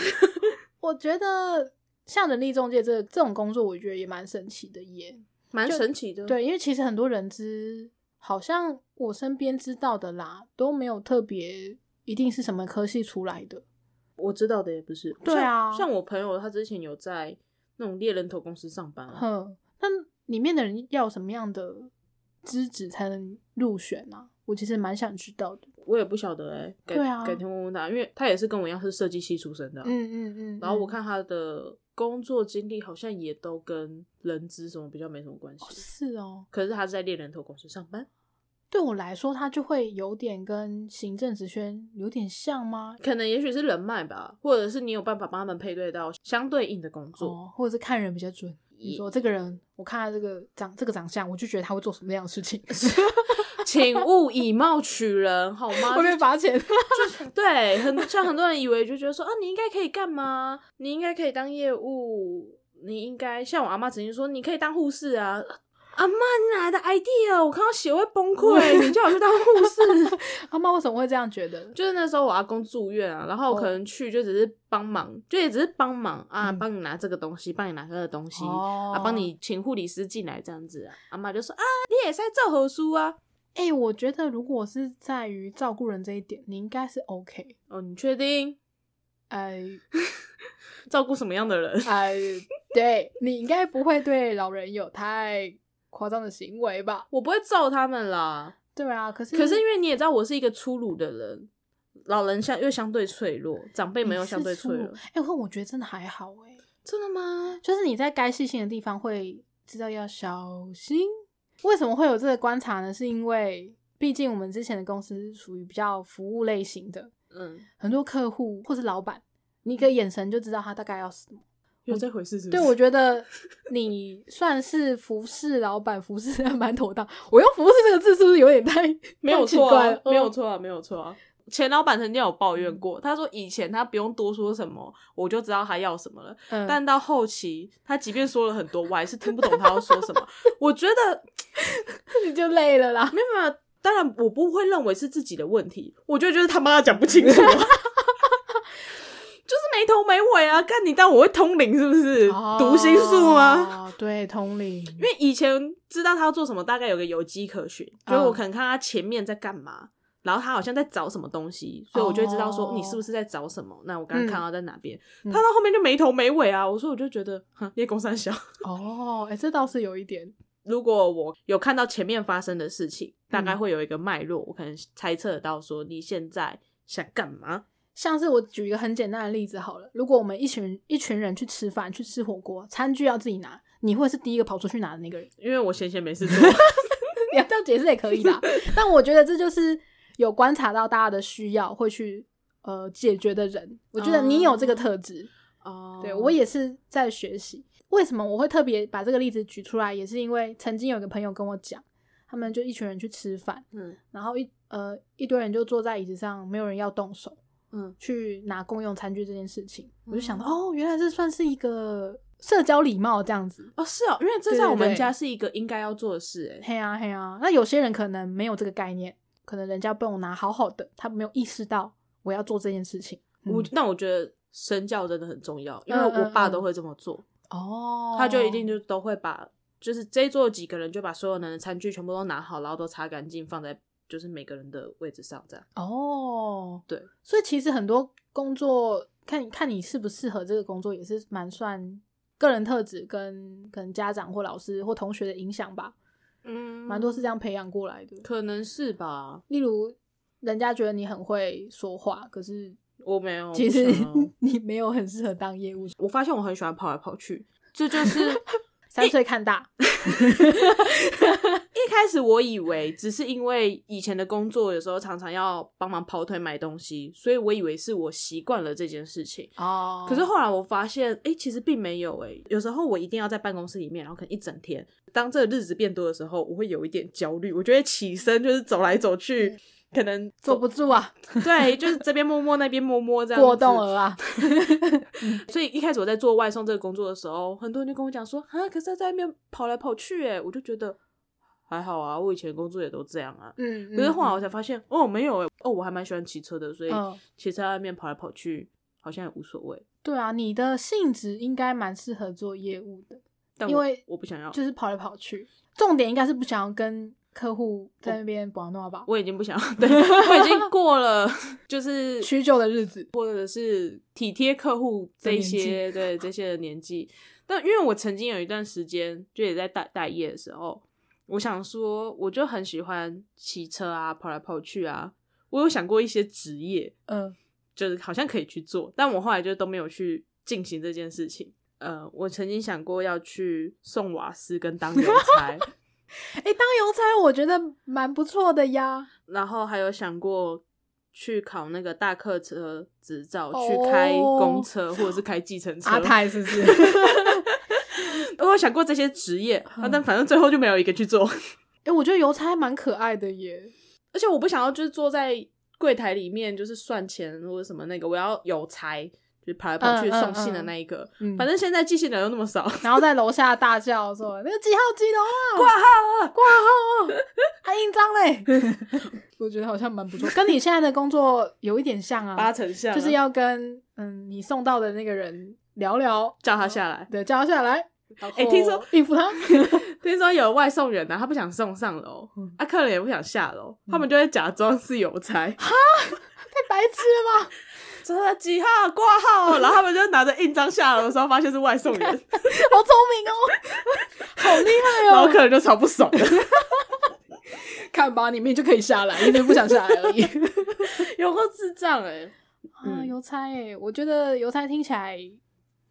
Speaker 1: 我觉得像人力中介这这种工作，我觉得也蛮神奇的耶。
Speaker 2: 蛮
Speaker 1: 就
Speaker 2: 神奇的。，
Speaker 1: 对，因为其实很多人知，好像我身边知道的啦，都没有特别一定是什么科系出来的。
Speaker 2: 我知道的也不是。
Speaker 1: 对啊
Speaker 2: 像像我朋友他之前有在那种猎人头公司上班啊，
Speaker 1: 哼，那里面的人要有什么样的资质才能入选啊？我其实蛮想知道的。
Speaker 2: 我也不晓得哎、改
Speaker 1: 对啊
Speaker 2: 改天问问他，因为他也是跟我一样是设计系出身的啊、
Speaker 1: 嗯嗯
Speaker 2: 然后我，看他的工作经历好像也都跟人资什么比较没什么关系
Speaker 1: 哦，是哦，
Speaker 2: 可是他是在猎人头公司上班，
Speaker 1: 对我来说，它就会有点跟行政职圈有点像吗？
Speaker 2: 可能也许是人脉吧，或者是你有办法帮他们配对到相对应的工作。
Speaker 1: 哦，或者是看人比较准。你
Speaker 2: 也
Speaker 1: 说这个人，我看他这个长这个长相，我就觉得他会做什么样的事情，
Speaker 2: 请勿以貌取人，好 吗？
Speaker 1: 会被罚钱。
Speaker 2: 对，很像很多人以为就觉得说啊，你应该可以干嘛？你应该可以当业务，你应该像我阿妈曾经说，你可以当护士啊。 阿妈你哪来的 idea？我看到血会崩 溃，你叫我去当护士。
Speaker 1: 阿妈为什么会这样觉得？
Speaker 2: 就是那时候我阿公住院啊，然后我可能去就只是帮忙，就也只是帮忙啊，
Speaker 1: 哦嗯
Speaker 2: 帮你拿这个东西，帮你拿那个东西，
Speaker 1: 哦
Speaker 2: 啊，帮你请护理师进来这样子啊。阿妈就说啊，你也是在照合书啊。
Speaker 1: 哎、我觉得如果是在于照顾人这一点，你应该是 OK。
Speaker 2: 哦，你确定
Speaker 1: 哎
Speaker 2: 照顾什么样的人？
Speaker 1: 哎，对你应该不会对老人有太夸张的行为吧？
Speaker 2: 我不会揍他们啦。
Speaker 1: 对啊，可是
Speaker 2: 可是因为你也知道，我是一个粗鲁的人，老人相又相对脆弱，长辈
Speaker 1: 你
Speaker 2: 没有
Speaker 1: 是
Speaker 2: 相对
Speaker 1: 粗
Speaker 2: 脆
Speaker 1: 鲁
Speaker 2: 弱。
Speaker 1: 哎、我看我觉得真的还好哎、
Speaker 2: 真的吗？
Speaker 1: 就是你在该细心的地方会知道要小心。为什么会有这个观察呢？是因为毕竟我们之前的公司属于比较服务类型的，
Speaker 2: 嗯，
Speaker 1: 很多客户或是老板，你一个眼神就知道他大概要什么。
Speaker 2: 有这回事是不
Speaker 1: 对，我觉 得你算是服侍老板，服侍的蛮妥当。我用“服侍”这个字是不是有点太
Speaker 2: 没有
Speaker 1: 太奇
Speaker 2: 错、
Speaker 1: 怪嗯
Speaker 2: 啊
Speaker 1: 了，
Speaker 2: 没有错啊，没有错啊。前老板曾经有抱怨
Speaker 1: 嗯
Speaker 2: 过，他说以前他不用多说什么，我就知道他要什么了。
Speaker 1: 嗯，
Speaker 2: 但到后期，他即便说了很多，我还是听不懂他要说 什么。我觉得
Speaker 1: 你就累了啦。
Speaker 2: 没有没有，当然我不会认为是自己的问题，我觉得就是他妈讲不清楚， 就是没头没尾啊！干你当我会通灵是不是？读心术啊吗？
Speaker 1: 哦？对，通灵。
Speaker 2: 因为以前知道他要做什么，大概有个有迹可循，
Speaker 1: 嗯
Speaker 2: 就是我可能看他前面在干嘛。然后他好像在找什么东西，所以我就会知道说
Speaker 1: 哦
Speaker 2: 你是不是在找什么。那我刚刚看到在哪边，
Speaker 1: 嗯
Speaker 2: 他到后面就没头没尾啊。我说我就觉得，哼，你在公三小，
Speaker 1: 哦，哎、这倒是有一点。
Speaker 2: 如果我有看到前面发生的事情，大
Speaker 1: 嗯
Speaker 2: 概会有一个脉络，我可能猜测得到说你现在想干嘛。
Speaker 1: 像是我举一个很简单的例子好了，如果我们一群一群人去吃饭，去吃火锅，餐具要自己拿，你会是第一个跑出去拿的那个人。
Speaker 2: 因为我闲闲没事做，
Speaker 1: 你要这样解释也可以啦。但我觉得这就是有观察到大家的需要，会去呃解决的人。我觉得你有这个特质，
Speaker 2: 哦
Speaker 1: 对我也是在学习。为什么我会特别把这个例子举出来，也是因为曾经有个朋友跟我讲，他们就一群人去吃饭，
Speaker 2: 嗯
Speaker 1: 然后一呃一堆人就坐在椅子上，没有人要动手
Speaker 2: 嗯
Speaker 1: 去拿公用餐具这件事情，我就想到
Speaker 2: 嗯
Speaker 1: 哦，原来这算是一个社交礼貌这样子。
Speaker 2: 哦是哦，因为这
Speaker 1: 对
Speaker 2: 在
Speaker 1: 对
Speaker 2: 我们
Speaker 1: 对
Speaker 2: 家是一个应该要做的事哎、
Speaker 1: 嘿啊嘿啊，那有些人可能没有这个概念，可能人家被我拿好好的，他没有意识到我要做这件事情。嗯
Speaker 2: 我但我觉得身教真的很重要，因为
Speaker 1: 嗯嗯
Speaker 2: 我爸
Speaker 1: 嗯
Speaker 2: 都会这么做，
Speaker 1: 哦，
Speaker 2: 他就一定就都会把就是这一桌几个人就把所有人的餐具全部都拿好，然后都擦干净，放在就是每个人的位置上这样。
Speaker 1: 哦，
Speaker 2: 对，
Speaker 1: 所以其实很多工作，看看你适不适合这个工作，也是蛮算个人特质跟可能家长或老师或同学的影响吧，
Speaker 2: 嗯
Speaker 1: 蛮多是这样培养过来的。
Speaker 2: 可能是吧，
Speaker 1: 例如，人家觉得你很会说话，可是
Speaker 2: 我没有。
Speaker 1: 其
Speaker 2: 不
Speaker 1: 实
Speaker 2: 想要
Speaker 1: 你没有很适合当业 务，
Speaker 2: 我发现我很喜欢跑来跑去，这就是
Speaker 1: 三岁看大。
Speaker 2: 一开始我以为只是因为以前的工作有时候常常要帮忙跑腿买东西，所以我以为是我习惯了这件事情。
Speaker 1: 哦
Speaker 2: 可是后来我发现，哎、其实并没有哎、诶有时候我一定要在办公室里面，然后可能一整天。当这个日子变多的时候，我会有一点焦虑，我就会起身就是走来走去，可能
Speaker 1: 坐嗯不 住啊，
Speaker 2: 对，就是这边摸摸那边摸摸这样子。
Speaker 1: 过动儿啊，
Speaker 2: 所以一开始我在做外送这个工作的时候，很多人就跟我讲说啊，可是他在外面跑来跑去、欸，我就觉得还好啊，我以前工作也都这样啊。
Speaker 1: 嗯，
Speaker 2: 可是后来我才发现，哦，没有哎、哦，我还蛮喜欢骑车的，所以
Speaker 1: 嗯，
Speaker 2: 其实在外面跑来跑去好像也无所谓。
Speaker 1: 对啊，你的性质应该蛮适合做业务的，
Speaker 2: 但
Speaker 1: 因
Speaker 2: 我
Speaker 1: 为
Speaker 2: 我不想要，
Speaker 1: 就是跑来跑去。重点应该是不想要跟客户在那边玩闹吧，
Speaker 2: 我已经不想 要，对我已经过了，就是
Speaker 1: 许久的日子。
Speaker 2: 或者是体贴客户这一些，对这些的年纪。但因为我曾经有一段时间，就也在待待业的时候，我想说，我就很喜欢骑车啊，跑来跑去啊。我有想过一些职业，
Speaker 1: 嗯，
Speaker 2: 就是好像可以去做，但我后来就都没有去进行这件事情。呃，我曾经想过要去送瓦斯跟当邮差，
Speaker 1: 哎、当邮差我觉得蛮不错的呀。
Speaker 2: 然后还有想过去考那个大客车执照，
Speaker 1: 哦
Speaker 2: 去开公车或者是开计程车。
Speaker 1: 阿泰是不是？
Speaker 2: 我有想过这些职业，啊
Speaker 1: 嗯
Speaker 2: 但反正最后就没有一个去做。
Speaker 1: 哎、我觉得邮差蛮可爱的耶。
Speaker 2: 而且我不想要就是坐在柜台里面就是算钱或者什么那个，我要有才，就是跑来跑去
Speaker 1: 嗯嗯
Speaker 2: 送信的那一个。
Speaker 1: 嗯，
Speaker 2: 反正现在寄信的人又那么少，
Speaker 1: 然后在楼下大叫说：“那个几号几楼啊，
Speaker 2: 挂号啊！
Speaker 1: 挂号哦，还印章嘞。” 我觉得好像蛮不错，跟你现在的工作有一点像啊。
Speaker 2: 八成像啊、
Speaker 1: 就是要跟嗯你送到的那个人聊聊，
Speaker 2: 叫他下来。
Speaker 1: 对，叫他下来。
Speaker 2: 哎听 说
Speaker 1: 哦应付他，
Speaker 2: 听说有外送员呢、啊他不想送上楼
Speaker 1: 嗯，
Speaker 2: 啊，客人也不想下楼，他们就会假装是邮差，
Speaker 1: 太白痴了 吧？
Speaker 2: 这几号挂号，然后他们就拿着印章下楼的时候，发现是外送 员，
Speaker 1: 好聪明哦，好厉害
Speaker 2: 然后
Speaker 1: 哦！
Speaker 2: 客人就超不爽的。
Speaker 1: 看吧，你明明就可以下来，你只是不想下来而已。
Speaker 2: 有个智障哎、
Speaker 1: 啊，
Speaker 2: 嗯
Speaker 1: 邮差哎，我觉得邮差听起来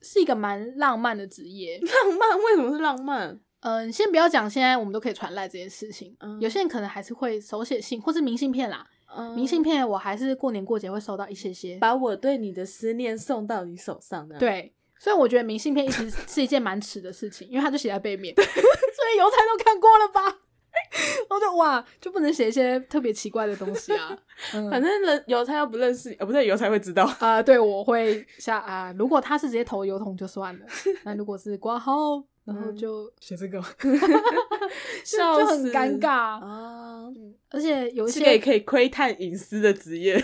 Speaker 1: 是一个蛮浪漫的职业。
Speaker 2: 浪漫为什么是浪漫？
Speaker 1: 嗯，先不要讲现在我们都可以传赖这件事情，
Speaker 2: 嗯
Speaker 1: 有些人可能还是会手写信或是明信片啦。
Speaker 2: 嗯
Speaker 1: 明信片我还是过年过节会收到一些些，
Speaker 2: 把我对你的思念送到你手上啊的。，
Speaker 1: 对，所以我觉得明信片一直是一件蛮耻的事情，因为它就写在背面，所以邮差都看过了吧？ 我就哇，就不能写一些特别奇怪的东西啊。 嗯、
Speaker 2: 反正人邮差又不认识你，呃，不对，邮差会知道。
Speaker 1: 啊、对，我会下啊、如果他是直接投邮筒就算了，那如果是挂号，然后
Speaker 2: 嗯
Speaker 1: 就写这 个，就
Speaker 2: 笑
Speaker 1: 就很
Speaker 2: 死
Speaker 1: 尴尬。
Speaker 2: 啊，
Speaker 1: 嗯，而且有一
Speaker 2: 是个也
Speaker 1: 些
Speaker 2: 可以窥探隐私的职业。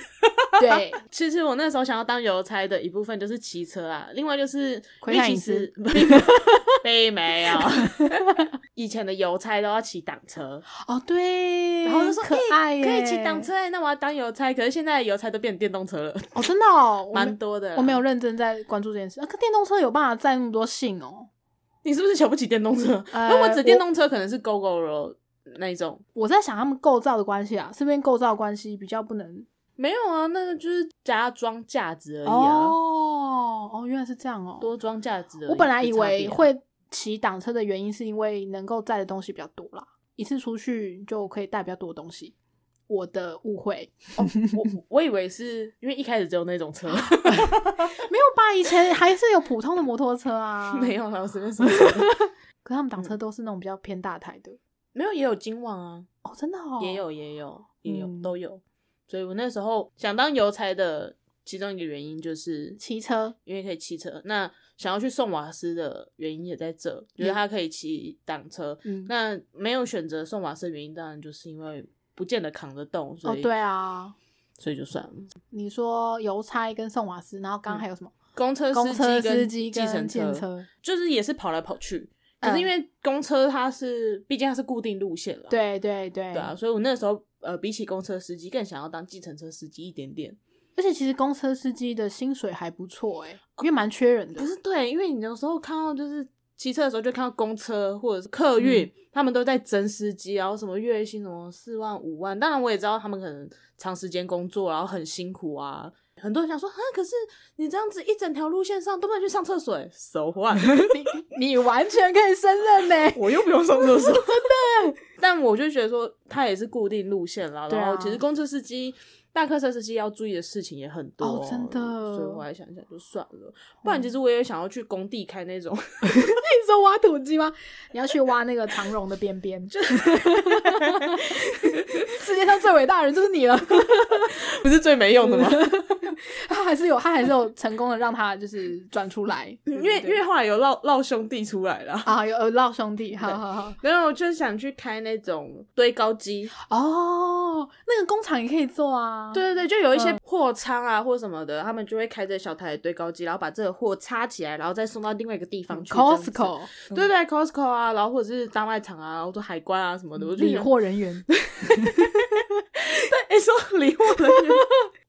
Speaker 1: 对，
Speaker 2: 其实我那时候想要当邮差的一部分就是骑车啊，另外就是
Speaker 1: 窥探隐私，
Speaker 2: 因为其实并没有。 以前的邮差都要骑挡车，
Speaker 1: 哦对，
Speaker 2: 然后就说
Speaker 1: 可
Speaker 2: 欸
Speaker 1: 爱耶，
Speaker 2: 可以骑挡车、欸，那我要当邮差。可是现在邮差都变电动车了，
Speaker 1: 哦，真的哦，我没
Speaker 2: 蛮多的啦。
Speaker 1: 啊我没有认真在关注这件事啊，可电动车有办法载那么多信哦。
Speaker 2: 你是不是瞧不起电动车？
Speaker 1: 呃
Speaker 2: 那我指电动车可能是 GoGo 那一种，
Speaker 1: 我在想他们构造的关系啊，是不是构造关系比较不能？
Speaker 2: 没有啊，那个就是加装价值而已啊，
Speaker 1: 哦哦，原来是这样哦。
Speaker 2: 多装价值而已。
Speaker 1: 我本来以
Speaker 2: 没
Speaker 1: 为
Speaker 2: 差别啊
Speaker 1: 会骑挡车的原因是因为能够载的东西比较多啦，一次出去就可以带比较多东西。我的误会
Speaker 2: 我我以为是因为一开始只有那种车，
Speaker 1: 没有吧？以前还是有普通的摩托车啊，
Speaker 2: 没。有啦，嗯我随 便说说。
Speaker 1: 可他们挡车都是那种比较偏大台的
Speaker 2: 没有也有金旺啊，
Speaker 1: 哦，真的哦，
Speaker 2: 也有也有也有、
Speaker 1: 嗯
Speaker 2: 都有。所以我那时候想当邮差的其中一个原因就是
Speaker 1: 骑车
Speaker 2: 因为可以骑车。那想要去送瓦斯的原因也在这，就是他可以骑挡车。
Speaker 1: 嗯
Speaker 2: 那没有选择送瓦斯的原因，当然就是因为不见得扛得动，
Speaker 1: 哦
Speaker 2: 所以、，
Speaker 1: 对啊。
Speaker 2: 所以就算了。
Speaker 1: 你说邮差跟送瓦斯，然后刚刚
Speaker 2: 嗯
Speaker 1: 还有什么？
Speaker 2: 公车
Speaker 1: 公车司
Speaker 2: 司
Speaker 1: 机
Speaker 2: 机
Speaker 1: 跟
Speaker 2: 跟计程
Speaker 1: 建车
Speaker 2: 就是也是跑来跑去。可
Speaker 1: 嗯
Speaker 2: 是因为公车它是，毕竟它是固定路线了，
Speaker 1: 对对对，
Speaker 2: 对啊，所以我那时候呃，比起公车司机，更想要当计程车司机一点点。
Speaker 1: 而且其实公车司机的薪水还不错哎、因为蛮缺人的
Speaker 2: 可。是对，因为你有时候看到就是骑车的时候就看到公车或者是客运，他们都在争司机，然后什么月薪什么四万五万。当然我也知道他们可能长时间工作，然后很辛苦啊。很多人想说啊，可是你这样子一整条路线上都不能去上厕所、欸，手换，
Speaker 1: 你你完全可以胜任呢、
Speaker 2: 我又不用上厕所， 真的。但我就觉得说，它也是固定路线啦。
Speaker 1: 对啊
Speaker 2: 然后其实公车司机、大客车司机要注意的事情也很多，
Speaker 1: 哦真的
Speaker 2: 所以我还想一想就算了，不然其实我也想要去工地开那种，
Speaker 1: 你说挖土机吗？你要去挖那个长绒的边边，世界上最伟大的人就是你了。
Speaker 2: 不是最没用的吗？
Speaker 1: 他还是有，他还是有成功的让他就是转出来，
Speaker 2: 因为因为后来有闹闹兄弟出来 了。
Speaker 1: 啊有有老兄弟，好
Speaker 2: 对
Speaker 1: 好好
Speaker 2: 然后我就想去开那种堆高机，
Speaker 1: 啊哦，那个工厂也可以做啊。
Speaker 2: 对对对，就有一些货仓啊或什么的，他们就会开着小台的堆高机，然后把这个货插起来，然后再送到另外一个地方去。这样子
Speaker 1: 嗯，Costco
Speaker 2: 对对，Costco 啊，然后或者是大卖场啊，或者海关啊什么的，我就
Speaker 1: 理
Speaker 2: 想
Speaker 1: 货人员，
Speaker 2: 哎、说理货人员，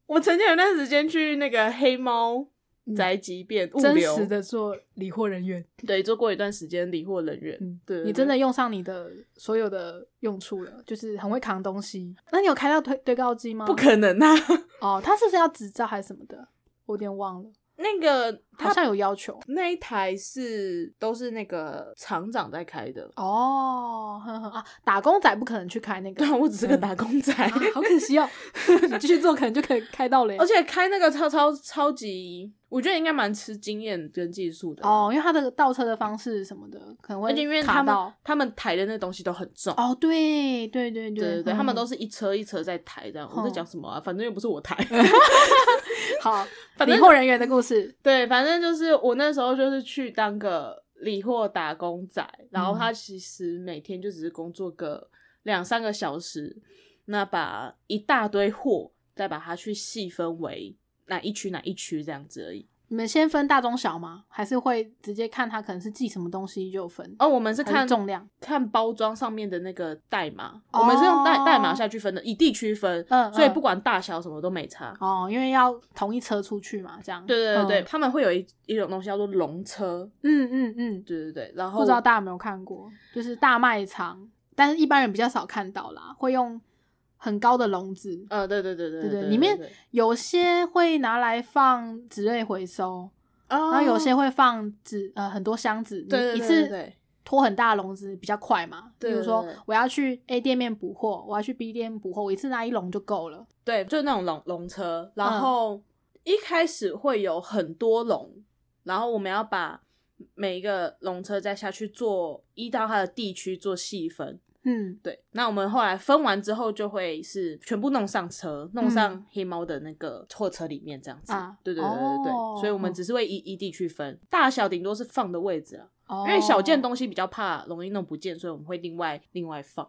Speaker 2: 我曾经有段时间去那个黑猫宅急便物
Speaker 1: 真
Speaker 2: 流
Speaker 1: 实，的做理货人员。
Speaker 2: 对，做过一段时间理货人员，
Speaker 1: 嗯
Speaker 2: 对，
Speaker 1: 你真的用上你的所有的用处了，就是很会扛东西。那你有开到推堆高机吗？
Speaker 2: 不可能啊！
Speaker 1: 哦，他是不是要执照还是什么的？我有点忘了，
Speaker 2: 那个
Speaker 1: 好
Speaker 2: 他
Speaker 1: 像有要求
Speaker 2: 那一台是都是那个厂长在开的，
Speaker 1: 哦。呵呵啊，打工仔不可能去开那个
Speaker 2: 对，啊， 我只是个打工 仔，
Speaker 1: 啊好可惜哦。你继续做，可能就可以开到嘞
Speaker 2: 而。且开那个超超超级，我觉得应该蛮吃经验跟技术的，
Speaker 1: 哦，因为他的倒车的方式什么的，可能会
Speaker 2: 而且因为
Speaker 1: 卡
Speaker 2: 他们
Speaker 1: 到。
Speaker 2: 他们抬的那东西都很重。
Speaker 1: 哦，对对对
Speaker 2: 对对对，
Speaker 1: 嗯
Speaker 2: 他们都是一车一车在抬这样。我在
Speaker 1: 嗯
Speaker 2: 讲什么啊？反正又不是我 抬。
Speaker 1: 好。
Speaker 2: 反
Speaker 1: 理
Speaker 2: 正
Speaker 1: 货人员的故事，
Speaker 2: 对，反正就是我那时候就是去当个理货打工仔，然后
Speaker 1: 嗯
Speaker 2: 他其实每天就只是工作个两三个小时，那把一大堆货再把它去细分为哪一区哪一区这样子而已。
Speaker 1: 你们先分大中小吗？还是会直接看他可能是寄什么东西就分？
Speaker 2: 哦，我们是
Speaker 1: 还是
Speaker 2: 看
Speaker 1: 重量，
Speaker 2: 看包装上面的那个代码，
Speaker 1: 哦
Speaker 2: 我们是用代代码下去分的，以地区分，
Speaker 1: 嗯
Speaker 2: 所以
Speaker 1: 嗯
Speaker 2: 不管大小什么都没差。
Speaker 1: 哦，因为要同一车出去嘛，这样。
Speaker 2: 对对对对，
Speaker 1: 嗯
Speaker 2: 他们会有一一种东西叫做笼车，
Speaker 1: 嗯嗯嗯，
Speaker 2: 对对对，然后
Speaker 1: 不知道大家有没有看过，就是大卖场，但是一般人比较少看到啦，会用很高的笼子，
Speaker 2: 呃，对对对对
Speaker 1: 对对
Speaker 2: 对，
Speaker 1: 里面
Speaker 2: 对
Speaker 1: 有些会拿来放纸类回收，
Speaker 2: 然
Speaker 1: 然后有些会放纸呃很多箱子，你
Speaker 2: 哦对对
Speaker 1: 一
Speaker 2: 对对
Speaker 1: 次
Speaker 2: 对
Speaker 1: 拖很大的笼子比较快嘛。比
Speaker 2: 对
Speaker 1: 如
Speaker 2: 对
Speaker 1: 说
Speaker 2: 对
Speaker 1: 我要去 A 店面补货，我要去 B 店补货，我一次拿一笼就够了。
Speaker 2: 对，就是那种笼笼车，
Speaker 1: 嗯
Speaker 2: 然后一开始会有很多笼，然后我们要把每一个笼车再下去做依照它的地区做细分。
Speaker 1: 嗯，
Speaker 2: 对，那我们后来分完之后，就会是全部弄上车，弄上
Speaker 1: 嗯
Speaker 2: 黑猫的那个货车里面这样子。
Speaker 1: 啊
Speaker 2: 对对对对对，
Speaker 1: 哦
Speaker 2: 所以我们只是会依依地区分，大小顶多是放的位置了，啊
Speaker 1: 因
Speaker 2: 因为小
Speaker 1: 哦
Speaker 2: 件东西比较怕容易弄不见，所以我们会另外另外放。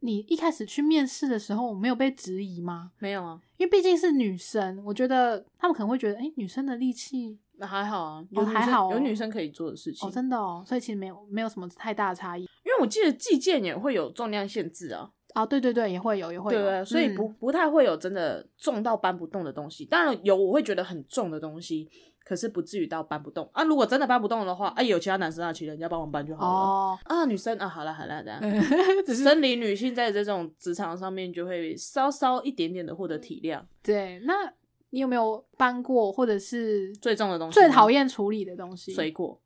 Speaker 1: 你一开始去面试的时候，没有被质疑吗？
Speaker 2: 没有啊，
Speaker 1: 因为毕竟是女生，我觉得他们可能会觉得，哎、女生的力气
Speaker 2: 那还好啊，有
Speaker 1: 哦
Speaker 2: 女
Speaker 1: 还
Speaker 2: 生
Speaker 1: 好哦
Speaker 2: 有女生可以做的事情。
Speaker 1: 哦，真的哦，所以其实没有没有什么太大的差异
Speaker 2: 因为我记得计件也会有重量限制啊，
Speaker 1: 啊、对对对，也会有，也会
Speaker 2: 对
Speaker 1: 有，
Speaker 2: 不对？所以不、
Speaker 1: 嗯
Speaker 2: 不太会有真的重到搬不动的东西。当然有我会觉得很重的东西，可是不至于到搬不动啊。如果真的搬不动的话，啊，有其他男生啊，请人家帮忙搬就好了。
Speaker 1: 哦，
Speaker 2: 啊，女生啊，好了好了的，
Speaker 1: 只是
Speaker 2: 生理女性在这种职场上面就会稍稍一点点的获得体谅，
Speaker 1: 对。那你有没有搬过，或者是
Speaker 2: 最重的东西
Speaker 1: 最讨厌处理的东西？
Speaker 2: 水果，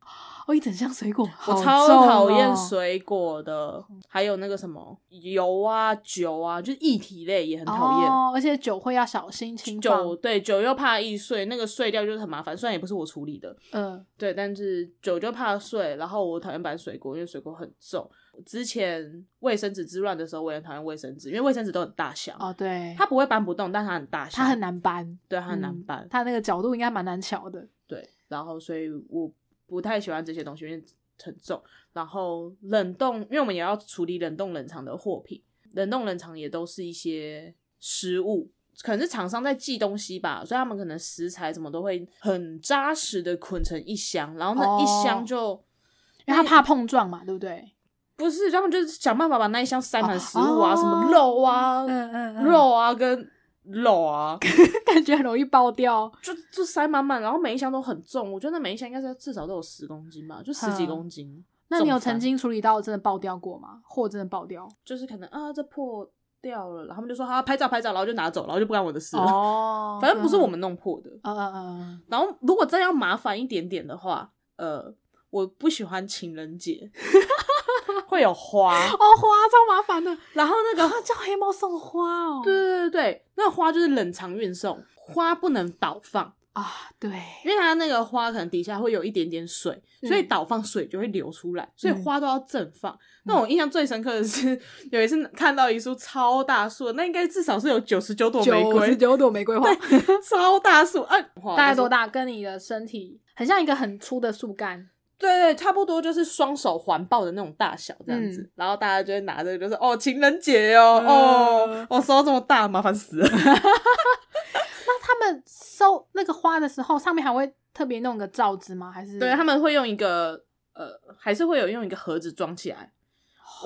Speaker 1: 哦，一整箱水果，
Speaker 2: 我
Speaker 1: 好
Speaker 2: 超
Speaker 1: 重哦
Speaker 2: 讨厌。水果的，还有那个什么油啊、酒啊，就是液体类也很讨厌。
Speaker 1: 哦，而且酒会要小心轻放。
Speaker 2: 酒对酒又怕易碎，那个碎掉就是很麻烦，虽然也不是我处理的，
Speaker 1: 嗯，
Speaker 2: 对，但是酒就怕碎，然后我讨厌搬水果，因为水果很重。之前卫生纸之乱的时候，我也很讨厌卫生纸，因为卫生纸都很大箱，
Speaker 1: 哦，对，
Speaker 2: 它不会搬不动，但它很大箱，
Speaker 1: 它很难搬，
Speaker 2: 对，它很难
Speaker 1: 嗯
Speaker 2: 搬，
Speaker 1: 它那个角度应该蛮难瞧的。
Speaker 2: 对，然后所以我不太喜欢这些东西，因为很重。然后冷冻，因为我们也要处理冷冻冷藏的货品，冷冻冷藏也都是一些食物，可能是厂商在寄东西吧，所以他们可能食材什么都会很扎实的捆成一箱，然后那一箱
Speaker 1: 哦
Speaker 2: 就、
Speaker 1: 因为它怕碰撞嘛，对不对？
Speaker 2: 不是他们就是想办法把那一箱塞满食物啊，
Speaker 1: 哦
Speaker 2: 什么肉啊、
Speaker 1: 嗯嗯嗯，
Speaker 2: 肉啊跟肉啊，
Speaker 1: 感觉很容易爆掉。
Speaker 2: 就就塞满满，然后每一箱都很重，我觉得每一箱应该是至少都有十公斤吧，就十几
Speaker 1: 嗯
Speaker 2: 公斤。
Speaker 1: 那你有
Speaker 2: 重餐
Speaker 1: 曾经处理到真的爆掉过吗？货真的爆掉？
Speaker 2: 就是可能啊这破掉了，然后他们就说好、拍照拍照，然后就拿走，然后就不干我的事了。
Speaker 1: 哦
Speaker 2: 反正不是我。们弄破的。
Speaker 1: 嗯嗯嗯嗯，
Speaker 2: 然后如果真要麻烦一点点的话，呃，我不喜欢情人节， 会有花，
Speaker 1: 哦，花超麻 烦的，
Speaker 2: 然后那个
Speaker 1: 啊，叫黑猫送花哦。
Speaker 2: 对对对对，那个花就是冷藏运送，花不能倒放。
Speaker 1: 啊，对，
Speaker 2: 因为它那个花可能底下会有一点点水，
Speaker 1: 嗯
Speaker 2: 所以倒放水就会流出来，所以
Speaker 1: 嗯
Speaker 2: 花都要正放。那我印象最深刻的是， 有一次看到一束超大束的，那应该至少是有九十九朵玫
Speaker 1: 九十
Speaker 2: 瑰，
Speaker 1: 九朵玫瑰花，
Speaker 2: 超大束，啊，大
Speaker 1: 大概多？大？跟你的身体很像一个很粗的树干。
Speaker 2: 对对，差不多就是双手环抱的那种大小这样子。然后大家就会拿着，就是哦，情人节哦，
Speaker 1: 嗯
Speaker 2: 哦，我收到这么大，麻烦死了。
Speaker 1: 那他们收那个花的时候，上面还会特别弄个罩子吗？还是
Speaker 2: 对，他们会用一个呃，还是会有用一个盒子装起来。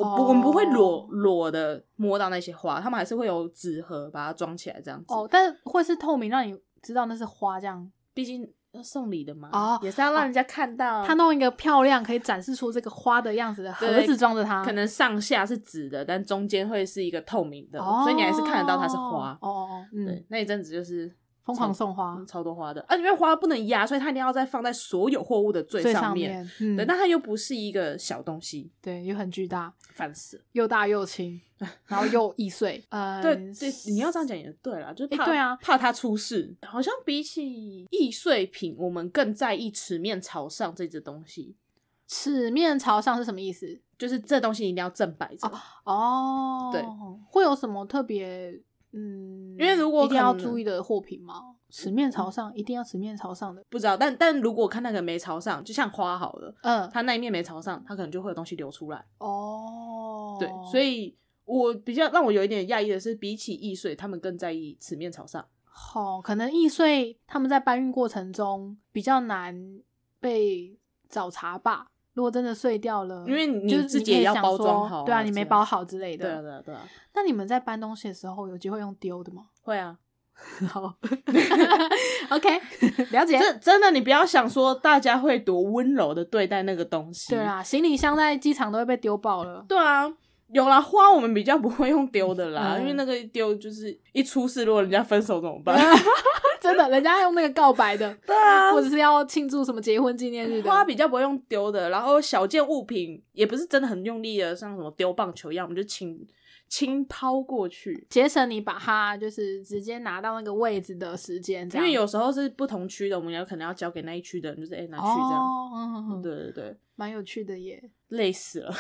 Speaker 2: 我不，我们不会裸裸的摸到那些花，他们还是会有纸盒把它装起来这样子。
Speaker 1: 哦，但是会是透明，让你知道那是花这样。
Speaker 2: 毕竟要送礼的嘛，
Speaker 1: 哦
Speaker 2: 也是要让人家看到。
Speaker 1: 他弄一个漂亮，可以展示出这个花的样子的盒
Speaker 2: 对
Speaker 1: 子装着它，
Speaker 2: 啊可能上下是纸的，但中间会是一个透明的，
Speaker 1: 哦，
Speaker 2: 所以你还是看得到它是花
Speaker 1: 哦。哦哦，嗯
Speaker 2: 对，，那一阵子就是
Speaker 1: 疯狂送花
Speaker 2: 嗯超多花的，啊，因为花不能压，所以它一定要再放在所有货物的最
Speaker 1: 最
Speaker 2: 上面。
Speaker 1: 面，嗯，
Speaker 2: 对，但它又不是一个小东西，
Speaker 1: 对，又很巨大，
Speaker 2: 烦死了。
Speaker 1: 又大又 轻，然后又易碎，呃，
Speaker 2: 对，这你要这样讲也对啦，就是
Speaker 1: 诶
Speaker 2: 怕、
Speaker 1: 对啊
Speaker 2: 怕它出事。好像比起易碎品，我们更在意池面朝上这只东西，
Speaker 1: 齿面朝上是什么意思？
Speaker 2: 就是这东西一定要正摆着。
Speaker 1: 哦，
Speaker 2: 对，
Speaker 1: 会有什么特别？嗯，
Speaker 2: 因为如果
Speaker 1: 一定要
Speaker 2: 可能
Speaker 1: 注意的货品吗？死面朝上，一定要死面朝上的。
Speaker 2: 不知道，但但如果看那个没朝上，就像花好了，
Speaker 1: 嗯，
Speaker 2: 它那一面没朝上，它可能就会有东西流出来。
Speaker 1: 哦，
Speaker 2: 对，所以我比较让我有一点讶异的是，比起易碎，他们更在意池面朝上。
Speaker 1: 好、可能易碎他们在搬运过程中比较难被找茬吧。如果真的碎掉了，
Speaker 2: 因为你
Speaker 1: 就是
Speaker 2: 自己
Speaker 1: 可以
Speaker 2: 也要
Speaker 1: 想
Speaker 2: 包装
Speaker 1: 说
Speaker 2: 好啊
Speaker 1: 对啊，你
Speaker 2: 这
Speaker 1: 没
Speaker 2: 样
Speaker 1: 包好之类
Speaker 2: 对啊，
Speaker 1: 的。
Speaker 2: 对啊，对啊，
Speaker 1: 那你们在搬东西的时候，有机会用丢的吗？
Speaker 2: 会啊。
Speaker 1: 好 ，OK，了解。
Speaker 2: 真真的，你不要想说大家会多温柔的对待那个东西。
Speaker 1: 对啊，行李箱在机场都会被丢爆 了。
Speaker 2: 对啊，有啦，花我们比较不会用丢的啦，
Speaker 1: 嗯
Speaker 2: 因为那个一丢就是一出事，如果人家分手怎么办？
Speaker 1: 嗯真的，人家用那个告白的，
Speaker 2: 对啊
Speaker 1: 或者是要庆祝什么结婚纪念日的。
Speaker 2: 花比较不会用丢的，然后小件物品也不是真的很用力的，像什么丢棒球一样，我们就轻轻抛过去。
Speaker 1: 节省你把它就是直接拿到那个位置的时间，这
Speaker 2: 因
Speaker 1: 样
Speaker 2: 为有时候是不同区的，我们要可能要交给那一区的人，就是哎、拿去这样。
Speaker 1: 哦，嗯嗯嗯，
Speaker 2: 对对对，
Speaker 1: 蛮有趣的耶。
Speaker 2: 累死了，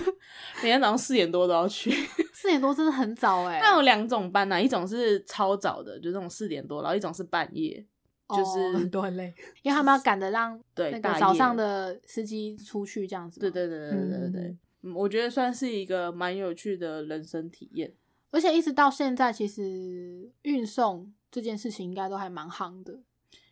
Speaker 2: 每天早上四点多都要去。
Speaker 1: 四点多真的很早哎，
Speaker 2: 那有两种班啊呐、一种是超早的，就这种四点多，然后一种是半夜，就是
Speaker 1: 哦都很累，因为他们要赶着让
Speaker 2: 对，
Speaker 1: 那
Speaker 2: 大
Speaker 1: 个
Speaker 2: 夜
Speaker 1: 早上的司机出去这样子。
Speaker 2: 对，对对对对对对
Speaker 1: 嗯，
Speaker 2: 嗯我觉得算是一个蛮有趣的人生体验。
Speaker 1: 而且一直到现在，其实运送这件事情应该都还蛮夯的。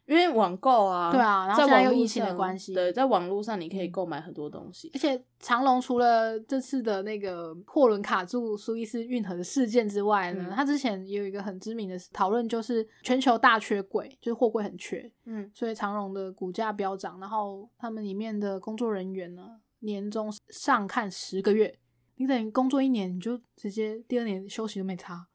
Speaker 2: 因为网购啊，
Speaker 1: 对啊然后现
Speaker 2: 在
Speaker 1: 在
Speaker 2: 网
Speaker 1: 又
Speaker 2: 络
Speaker 1: 疫情的
Speaker 2: 上
Speaker 1: 关系嗯
Speaker 2: 对，在网络上你可以购买很多东西
Speaker 1: 而。且长隆除了这次的那个货轮卡住苏伊士运河的事件之外呢，
Speaker 2: 嗯
Speaker 1: 他之前也有一个很知名的讨论，就是全球大缺柜，就是货柜很缺，
Speaker 2: 嗯，
Speaker 1: 所以长荣的股价飙涨，然后他们里面的工作人员呢，年终上看十个月，你等于工作一年，你就直接第二年休息都没差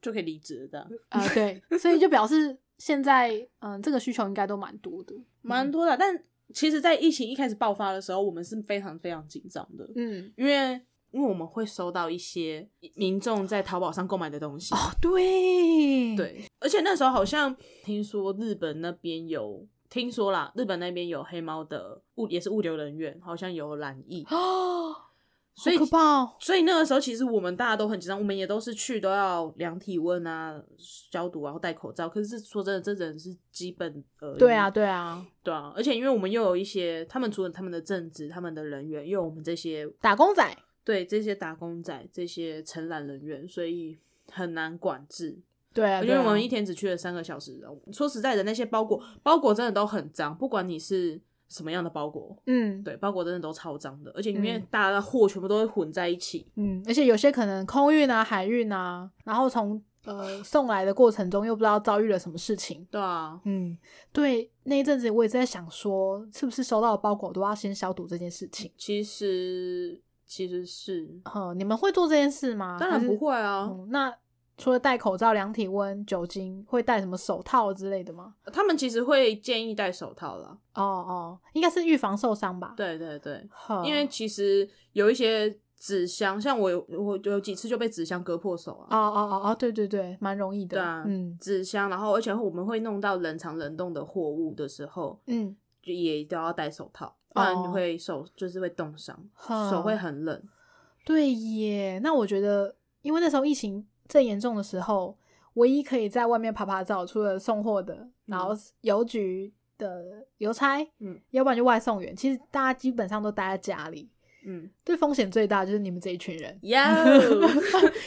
Speaker 2: 就可以离职的，
Speaker 1: 啊、 对，所以就表示现在嗯、这个需求应该都蛮多的，
Speaker 2: 蛮多的。啊但其实，在疫情一开始爆发的时候，我们是非常非常紧张的，
Speaker 1: 嗯
Speaker 2: 因为因为我们会收到一些民众在淘宝上购买的东西。
Speaker 1: 哦对，
Speaker 2: 对，而且那时候好像听说日本那边有。听说啦，日本那边有黑猫的物，也是物流人员，好像有染疫，
Speaker 1: 哦，
Speaker 2: 所以
Speaker 1: 好可怕哦
Speaker 2: 所以那个时候，其实我们大家都很紧张，我们也都是去都要量体温啊、消毒啊、然后戴口罩。可是说真的，这人是基本呃，
Speaker 1: 对啊，对啊，
Speaker 2: 对啊。而且因为我们又有一些，他们除了他们的政治、他们的人员，又有我们这些
Speaker 1: 打工仔，
Speaker 2: 对这些打工仔、这些承揽人员，所以很难管制。
Speaker 1: 对啊，
Speaker 2: 因
Speaker 1: 对
Speaker 2: 为
Speaker 1: 啊
Speaker 2: 我们一天只去了三个小时，哦说实在的，那些包裹包裹真的都很脏，不管你是什么样的包裹，
Speaker 1: 嗯
Speaker 2: 对包裹真的都超脏的。而且因为
Speaker 1: 嗯
Speaker 2: 大家的货全部都会混在一起，
Speaker 1: 嗯，而且有些可能空运啊、海运啊，然后从呃送来的过程中又不知道遭遇了什么事情。
Speaker 2: 对啊，
Speaker 1: 嗯，对，那一阵子我也在想说，是不是收到的包裹都要先消毒这件事情？
Speaker 2: 其实其实是，
Speaker 1: 哼，你们会做这件事吗？
Speaker 2: 当然
Speaker 1: 啊还是
Speaker 2: 不、会啊。
Speaker 1: 嗯。那除了戴口罩、量体温、酒精，会戴什么手套之类的吗？
Speaker 2: 他们其实会建议戴手套啦。
Speaker 1: 哦哦，应该是预防受伤吧？，
Speaker 2: 对对对，
Speaker 1: 呵
Speaker 2: 因为其实有一些纸箱，像我有我有几次就被纸箱割破手
Speaker 1: 哦
Speaker 2: 啊。
Speaker 1: 哦哦哦，对对对，蛮容易的。
Speaker 2: 对啊，
Speaker 1: 嗯
Speaker 2: 纸箱，然后而且我们会弄到冷藏冷冻的货物的时候，
Speaker 1: 嗯，
Speaker 2: 就也都要戴手套，不然
Speaker 1: 哦
Speaker 2: 你会手就是会冻伤，
Speaker 1: 哼
Speaker 2: 手会很冷。
Speaker 1: 对耶，那我觉得，因为那时候疫情最严重的时候，唯一可以在外面爬爬照，除了送货的，然后邮局的邮差，
Speaker 2: 嗯，
Speaker 1: 要不然就外送员，其实大家基本上都待在家里。
Speaker 2: 嗯，
Speaker 1: 对，风险最大就是你们这一群人。
Speaker 2: 呀，
Speaker 1: 哦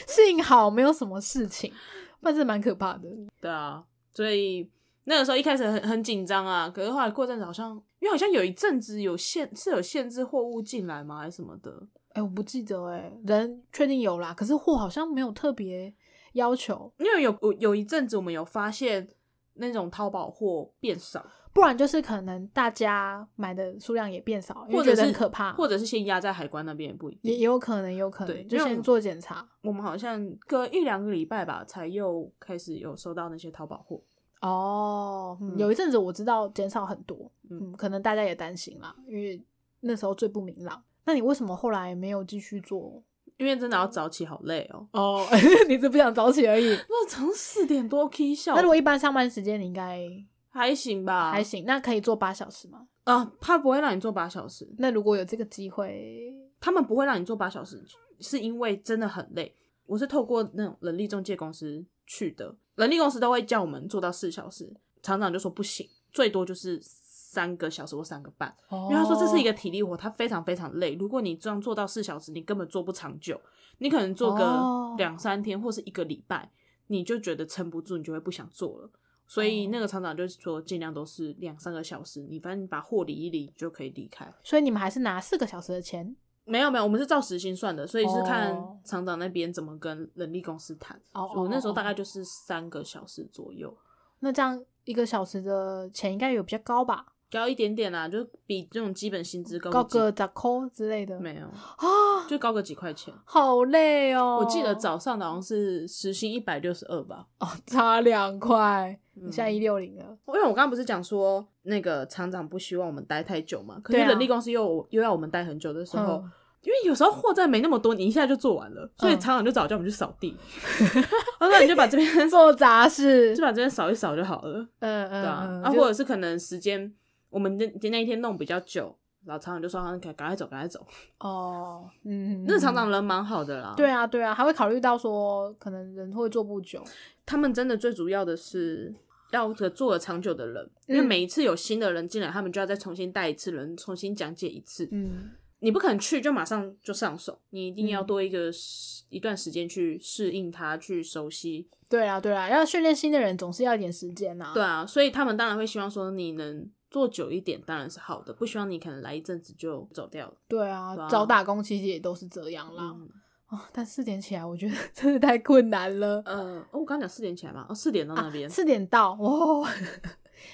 Speaker 1: 幸好没有什么事情，不然是蛮可怕的。
Speaker 2: 对啊，所以那个时候一开始很很紧张啊，可是后来过阵子好像，因为好像有一阵子有限是有限制货物进来吗，还是什么的？
Speaker 1: 哎、我不记得哎、人确定有啦，可是货好像没有特别要求，
Speaker 2: 因为有有有一阵子我们有发现那种淘宝货变少，
Speaker 1: 不然就是可能大家买的数量也变少，因
Speaker 2: 或
Speaker 1: 为
Speaker 2: 者
Speaker 1: 觉得
Speaker 2: 是
Speaker 1: 很可怕，
Speaker 2: 或者是先压在海关那边也不一
Speaker 1: 也
Speaker 2: 定。
Speaker 1: 也有可能，也有可
Speaker 2: 对
Speaker 1: 能，就
Speaker 2: 因为我
Speaker 1: 先做检查。
Speaker 2: 我们好像隔一两个礼拜吧，才又开始有收到那些淘宝货。
Speaker 1: 哦，
Speaker 2: 嗯
Speaker 1: 有一阵子我知道减少很多，嗯，
Speaker 2: 嗯
Speaker 1: 可能大家也担心啦，因为那时候最不明朗。那你为什么后来没有继续做？
Speaker 2: 因为真的要早起，好累哦。
Speaker 1: 哦，你只不想早起而 已。
Speaker 2: 那从四点多 K 笑
Speaker 1: 那如果一般上班时间，你应该
Speaker 2: 还行吧，
Speaker 1: 还行，那可以做八小时吗？
Speaker 2: 啊。他不会让你做八小时，
Speaker 1: 那如果有这个机会，
Speaker 2: 他们不会让你做八小时，是因为真的很累。我是透过那种人力中介公司去的，人力公司都会叫我们做到四小时，厂长就说不行，最多就是三个小时或三个半，因为他说这
Speaker 1: 哦
Speaker 2: 是一个体力活，他非常非常累。如果你这样做到四小时，你根本做不长久，你可能做
Speaker 1: 哦
Speaker 2: 个两三天或是一个礼拜，你就觉得撑不住，你就会不想做了。所以
Speaker 1: 哦
Speaker 2: 那个厂长就是说，尽量都是两三个小时，你反正把货理一理就可以离开。
Speaker 1: 所以你们还是拿四个小时的钱
Speaker 2: 没有没有，我们是照时薪算的，所以是看
Speaker 1: 哦
Speaker 2: 厂长那边怎么跟人力公司谈。
Speaker 1: 哦
Speaker 2: 我那时候大
Speaker 1: 哦
Speaker 2: 概就是三个小时左右，
Speaker 1: 那这样一个小时的钱应该有比较高吧？
Speaker 2: 高一点点啦、就比这种基本薪资高
Speaker 1: 高
Speaker 2: 几
Speaker 1: 个十扣之类的。
Speaker 2: 没有，
Speaker 1: 啊，
Speaker 2: 就高个几块钱。
Speaker 1: 好累哦！
Speaker 2: 我记得早上的好像是时薪一百六十二吧，
Speaker 1: 哦，差两块，
Speaker 2: 嗯
Speaker 1: 你现在一六零了。
Speaker 2: 因为我刚刚不是讲说那个厂长不希望我们待太久嘛，可是
Speaker 1: 对啊
Speaker 2: 人力公司又又要我们待很久的时候，
Speaker 1: 嗯
Speaker 2: 因为有时候货真的没那么多，你一下就做完了，所以
Speaker 1: 嗯
Speaker 2: 厂长就早叫我们去扫地， 他说你就把这边
Speaker 1: 做杂事
Speaker 2: 就，把这边扫一扫就好了。
Speaker 1: 嗯嗯
Speaker 2: 对啊
Speaker 1: 嗯，，
Speaker 2: 啊，
Speaker 1: 就
Speaker 2: 或者是可能时间我们那那一天弄比较久，老厂长就说啊赶赶快走，赶快走。
Speaker 1: 哦，嗯，
Speaker 2: 那个厂
Speaker 1: 嗯
Speaker 2: 长人蛮好的啦，
Speaker 1: 对，啊对啊，还会考虑到说可能人会做不久，
Speaker 2: 他们真的最主要的是要个做了长久的人，因为
Speaker 1: 嗯
Speaker 2: 每一次有新的人进来，他们就要再重新带一次人，重新讲解一次。
Speaker 1: 嗯，
Speaker 2: 你不肯去就马上就上手，你一定要
Speaker 1: 嗯
Speaker 2: 多一个时、一段时间去适应它，去熟悉。
Speaker 1: 对啊，对啊，要训练新的人总是要一点时间呐、
Speaker 2: 对，啊，所以他们当然会希望说你能做久一点，当然是好的，不希望你可能来一阵子就走掉了。
Speaker 1: 对啊，
Speaker 2: 对啊
Speaker 1: 找打工其实也都是这样啦。
Speaker 2: 嗯，
Speaker 1: 哦，但四点起来，我觉得 真的太困难了。
Speaker 2: 呃，哦，我刚讲四点起来嘛，哦，四点到那边。
Speaker 1: 啊四、点到哦，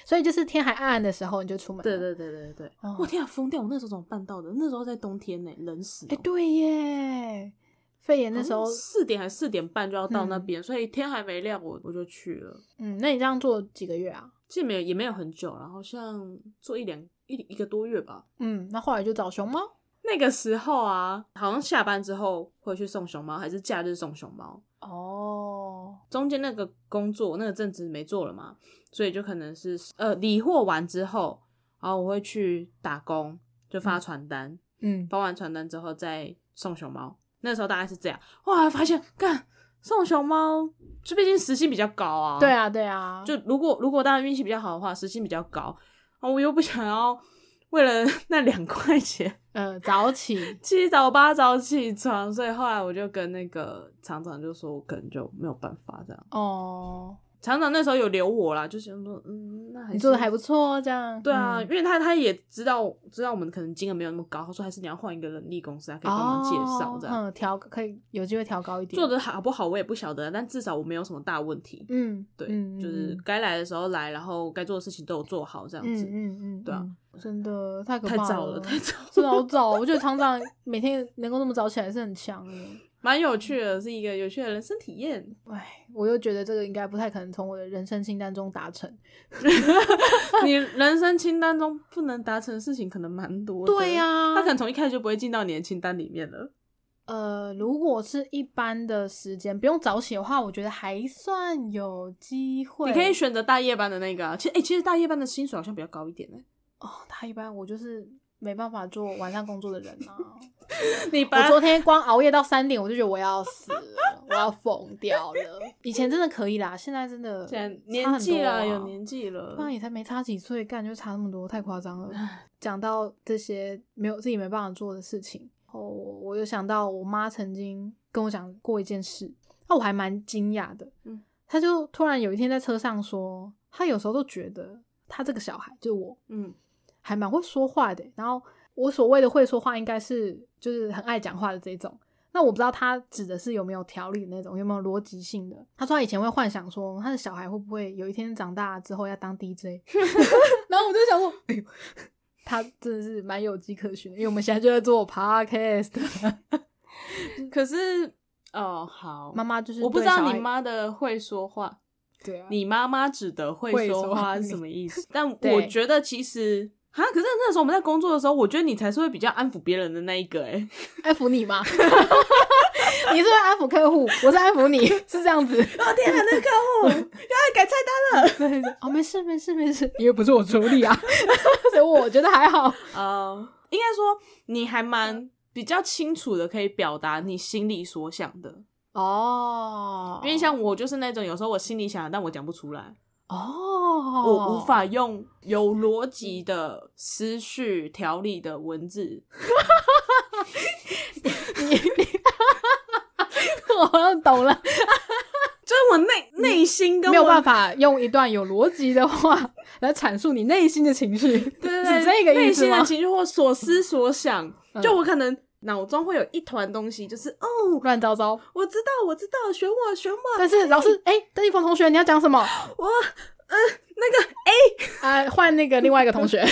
Speaker 1: 所以就是天还暗暗的时候你就出门。
Speaker 2: 对。对对对对对，
Speaker 1: 哦
Speaker 2: 我天啊，疯掉！我那时候怎么办到的？那时候在冬天呢、冷死了。
Speaker 1: 哎、对耶，肺炎那时候，
Speaker 2: 哦四点还四点半就要到那
Speaker 1: 嗯
Speaker 2: 边，所以天还没亮，我我就去了。
Speaker 1: 嗯，那你这样做几个月啊？
Speaker 2: 其实没有也没有很久了，好像做一两一一个多月吧。
Speaker 1: 嗯，那后来就找熊猫。
Speaker 2: 那个时候啊，好像下班之后会去送熊猫，还是假日送熊猫。
Speaker 1: 哦，
Speaker 2: 中间那个工作那个阵子没做了嘛，所以就可能是呃理货完之后，然后我会去打工，就发传单，
Speaker 1: 嗯，
Speaker 2: 发完传单之后再送熊猫。那时候大概是这样，哇，发现干送熊猫，就毕竟时薪比较高啊。
Speaker 1: 对啊，对啊，
Speaker 2: 就如果如果当然运气比较好的话，时薪比较高，啊，我又不想要 为了那两块钱，
Speaker 1: 呃，早起
Speaker 2: 七早八早起床，所以后来我就跟那个厂长就说，我可能就没有办法这样。
Speaker 1: 哦，
Speaker 2: 厂长那时候有留我啦，就想说，嗯，那还
Speaker 1: 你做的
Speaker 2: 是
Speaker 1: 还不错，这样。
Speaker 2: 对啊，
Speaker 1: 嗯
Speaker 2: 因为他他也知道知道我们可能金额没有那么高，他说还是你要换一个人力公司，他可以帮忙介绍这样。
Speaker 1: 哦嗯，调可以有机会调高一点。
Speaker 2: 做的好不好我也不晓得，但至少我没有什么大问题。
Speaker 1: 嗯，
Speaker 2: 对，
Speaker 1: 嗯
Speaker 2: 就是
Speaker 1: 嗯
Speaker 2: 该来的时候来，然后该做的事情都有做好这样子。
Speaker 1: 嗯嗯嗯，
Speaker 2: 对啊
Speaker 1: 嗯，真的太可怕
Speaker 2: 太早
Speaker 1: 了，
Speaker 2: 了， 太 早了，
Speaker 1: 真的好早。我觉得厂长每天能够那么早起来是很强的。
Speaker 2: 蛮有趣的，是一个有趣的人生体 验。
Speaker 1: 哎，我又觉得这个应该不太可能从我的人生清单中达成。
Speaker 2: 你人生清单中不能达成的事情可能蛮多的，
Speaker 1: 对呀、啊
Speaker 2: 他可能从一开始就不会进到你的清单里面了。
Speaker 1: 呃，如果是一般的时间，不用早起的话，我觉得还算有机会。
Speaker 2: 你可以选择大夜班的那个、啊，其实哎、其实大夜班的薪水好像比较高一点呢、
Speaker 1: 哦，他一般我就是没办法做晚上工作的人 啊。
Speaker 2: 你把
Speaker 1: 我昨天光熬夜到三点，我就觉得我要死了，我要疯掉了。以前真的可以啦，现在真的
Speaker 2: 现在
Speaker 1: 差
Speaker 2: 年
Speaker 1: 很
Speaker 2: 纪
Speaker 1: 多
Speaker 2: 啦，
Speaker 1: 啊
Speaker 2: 有年纪了
Speaker 1: 不，然也才没差几啊岁，干就差那么多，太夸张了。讲到这些没有自己没办法做的事情，然后我又想到我妈曾经跟我讲过一件事，啊那我还蛮惊讶的。
Speaker 2: 嗯，
Speaker 1: 她就突然有一天在车上说，她有时候都觉得她这个小孩，就我
Speaker 2: 嗯，
Speaker 1: 还蛮会说话的。然后我所谓的会说话，应该是就是很爱讲话的这种。那我不知道他指的是有没有条理的那种，有没有逻辑性的。他说他以前会幻想说，他的小孩会不会有一天长大之后要当 DJ，然后我就想说，哎呦，他真的是蛮有迹可循的，因为我们现在就在做 podcast。
Speaker 2: 可是哦，好，
Speaker 1: 妈妈就是
Speaker 2: 我不知
Speaker 1: 对小
Speaker 2: 道
Speaker 1: 孩
Speaker 2: 你妈的会说话，
Speaker 1: 对啊，
Speaker 2: 你妈妈指的会
Speaker 1: 会
Speaker 2: 说
Speaker 1: 说
Speaker 2: 话
Speaker 1: 话
Speaker 2: 是什么意思？但我
Speaker 1: 对
Speaker 2: 觉得其实啊，可是那时候我们在工作的时候，我觉得你才是会比较安抚别人的那一个、欸，哎，
Speaker 1: 安抚你吗？ 你是不是安抚客户，我是安抚你，是这样子。
Speaker 2: 哦天啊，那个 客户要改 菜
Speaker 1: 对对，哦，没事没事没事，因为不是我处理啊， 所以我觉得还好。
Speaker 2: 单哦，应该说你还蛮比较清楚的，可以表达你心里所想的。
Speaker 1: 哦，
Speaker 2: 因为像我就是那种有时候我心里想的，但我讲不出来，
Speaker 1: 哦，
Speaker 2: 我无法用有逻辑的思绪条理的文字。
Speaker 1: 你， 我好像懂了，
Speaker 2: 就是我内内心跟我
Speaker 1: 没有办法用一段有逻辑的话来阐述你内心的情绪，
Speaker 2: 对
Speaker 1: 是这个意
Speaker 2: 内
Speaker 1: 思
Speaker 2: 心
Speaker 1: 吗
Speaker 2: 的？情绪或所思所想，
Speaker 1: 嗯
Speaker 2: 就我可能脑中会有一团东西，就是哦，
Speaker 1: 乱糟糟，
Speaker 2: 我知道，我知道，选我，选我，
Speaker 1: 但是老师，哎、邓一峰同学，你要讲什么？
Speaker 2: 我嗯、呃，那个
Speaker 1: 啊，换那个另外一个同 学，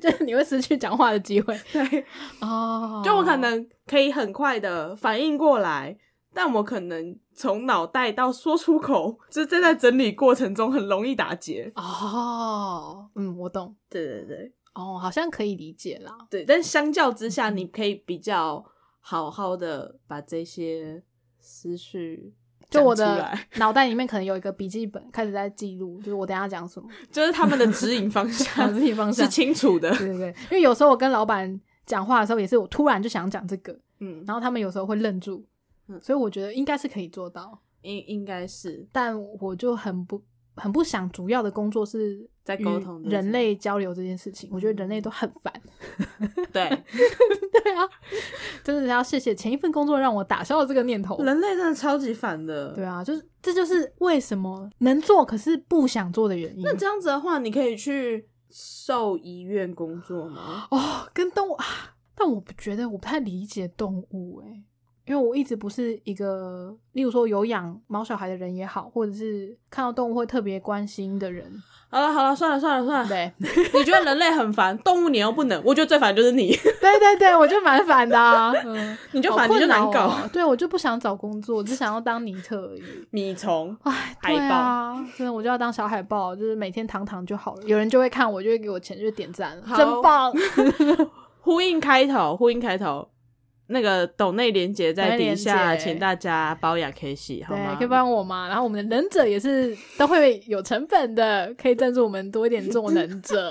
Speaker 1: 就是你会失去讲话的机会
Speaker 2: 对，
Speaker 1: 哦。
Speaker 2: 就我可能可以很快的反应过来。但我可能从脑袋到说出口，就是正在整理过程中很容易打结。
Speaker 1: 哦，嗯，我懂，
Speaker 2: 对对对
Speaker 1: 哦，好像可以理解啦。
Speaker 2: 对，但相较之下，你可以比较好好的把这些思绪
Speaker 1: 就我
Speaker 2: 讲出
Speaker 1: 的
Speaker 2: 来
Speaker 1: 脑袋里面可能有一个笔记本，开始在记录，就是我等一下讲什么，
Speaker 2: 就是他们的指引方向
Speaker 1: 往自己方向
Speaker 2: 是。清楚的。
Speaker 1: 对对对，因为有时候我跟老板讲话的时候，也是我突然就想讲这个，
Speaker 2: 嗯，
Speaker 1: 然后他们有时候会愣住
Speaker 2: 嗯，
Speaker 1: 所以我觉得应该是可以做到，
Speaker 2: 应应该是
Speaker 1: 但我就很不很不想主要的工作是
Speaker 2: 在沟通
Speaker 1: 与
Speaker 2: 这件
Speaker 1: 人
Speaker 2: 事
Speaker 1: 类交流这嗯件事情，我觉得人类都很烦。
Speaker 2: 对，
Speaker 1: 对啊，真的是要谢谢前一份工作让我打消了这个念头。
Speaker 2: 人类真的超级烦的。
Speaker 1: 对啊，就是这就是为什么能做可是不想做的原因。
Speaker 2: 那这样子的话，你可以去兽医院工作吗？
Speaker 1: 哦，跟动物啊，但我不觉得我不太理解动物诶、因为我一直不是一个，例如说有养毛小孩的人也好，或者是看到动物会特别关心的人，
Speaker 2: 好了好了，算了算了算了。
Speaker 1: 对
Speaker 2: 你觉得人类很烦，动物你又不能，我觉得最烦就 是你，
Speaker 1: 对对对，我就蛮烦的、啊，嗯，
Speaker 2: 你 就
Speaker 1: 好
Speaker 2: 烦你就
Speaker 1: 困
Speaker 2: 难
Speaker 1: 扰
Speaker 2: 搞。
Speaker 1: 哦对我就不想找工作，我只想要当尼特而已。
Speaker 2: 米虫，
Speaker 1: 哎，
Speaker 2: 海
Speaker 1: 对啊，真的，我就要当小海豹，就是每天躺躺就好了。有人就会看我，就会给我钱，就会点赞了，
Speaker 2: 好
Speaker 1: 真棒！
Speaker 2: 呼应开头，呼应开头，那个抖内连接在底
Speaker 1: 抖内
Speaker 2: 下，
Speaker 1: 连结
Speaker 2: 请大家包养 K 喜好吗
Speaker 1: 对，可以？帮我吗？然后我们的忍者也是都会有成本的，可以赞助我们多一点做忍 者。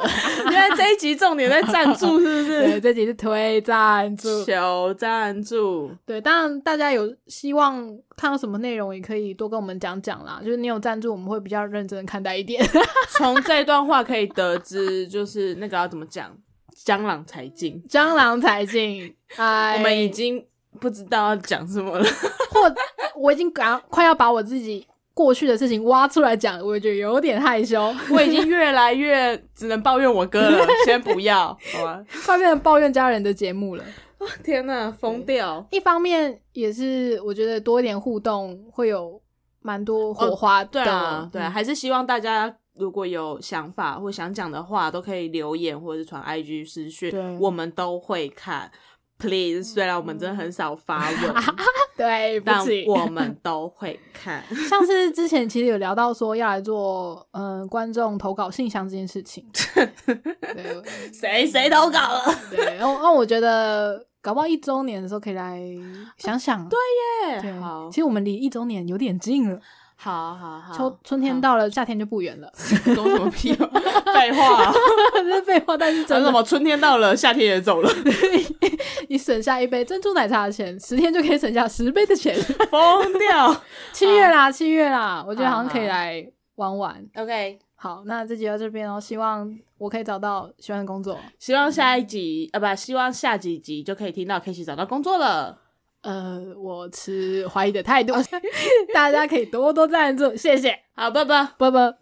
Speaker 2: 原来这一集重点在赞助，是不
Speaker 1: 对，
Speaker 2: 是？
Speaker 1: 这集是推赞助。
Speaker 2: 求赞助，
Speaker 1: 对，当然大家有希望看到什么内容，也可以多跟我们讲讲啦。就是你有赞助，我们会比较认真地看待一点。
Speaker 2: 从这段话可以得知，就是那个要怎么讲，江郎才尽。
Speaker 1: 蟑螂才 进，哎，
Speaker 2: 我们已经不知道要讲什么了。
Speaker 1: 或我已经赶快要把我自己过去的事情挖出来讲，我觉得有点害羞，
Speaker 2: 我已经越来越只能抱怨我哥 了，先不要，好吧？
Speaker 1: 快变成抱怨家人的节目了。
Speaker 2: 天哪，疯掉！
Speaker 1: 一方面也是我觉得多一点互动会有蛮多火花的，
Speaker 2: 对啊，对啊，
Speaker 1: 嗯
Speaker 2: 还是希望大家如果有想法或想讲的话，都可以留言或者是传 IG 私
Speaker 1: 对
Speaker 2: 讯，我们都会看。Please，虽然我们真的很少发 文，
Speaker 1: 对，不
Speaker 2: 但
Speaker 1: 起。
Speaker 2: 我们都会看。
Speaker 1: 像是之前其实有聊到说要来做嗯、呃观众投稿信箱这件事情，对
Speaker 2: 谁谁投稿了？
Speaker 1: 对，然后然后我觉得搞不好一周年的时候可以来想想，对
Speaker 2: 对好
Speaker 1: 其，实我们离一周年有点近了，
Speaker 2: 好，好，好，
Speaker 1: 秋春天到了，夏天就不远了。
Speaker 2: 好，懂什么屁哦？废 话，
Speaker 1: 这是废话，但是
Speaker 2: 讲
Speaker 1: 真
Speaker 2: 什
Speaker 1: 的，
Speaker 2: 么？春天到了，夏天也走了，
Speaker 1: 你省下一杯珍珠奶茶的钱，十天就可以省下十杯的钱。
Speaker 2: 疯掉。
Speaker 1: 七月啦，七月啦，我觉得好像可以
Speaker 2: 好
Speaker 1: 来玩玩。
Speaker 2: OK，
Speaker 1: 好，那这集到这边哦，希望我可以找到喜欢的工作。
Speaker 2: 希望下一集，呃，不，希望下几集就可以听到 K 西找到工作了。
Speaker 1: 呃，我哦 持怀疑的态度，大家可以多多赞助，谢谢，
Speaker 2: 好，拜拜。
Speaker 1: 拜拜。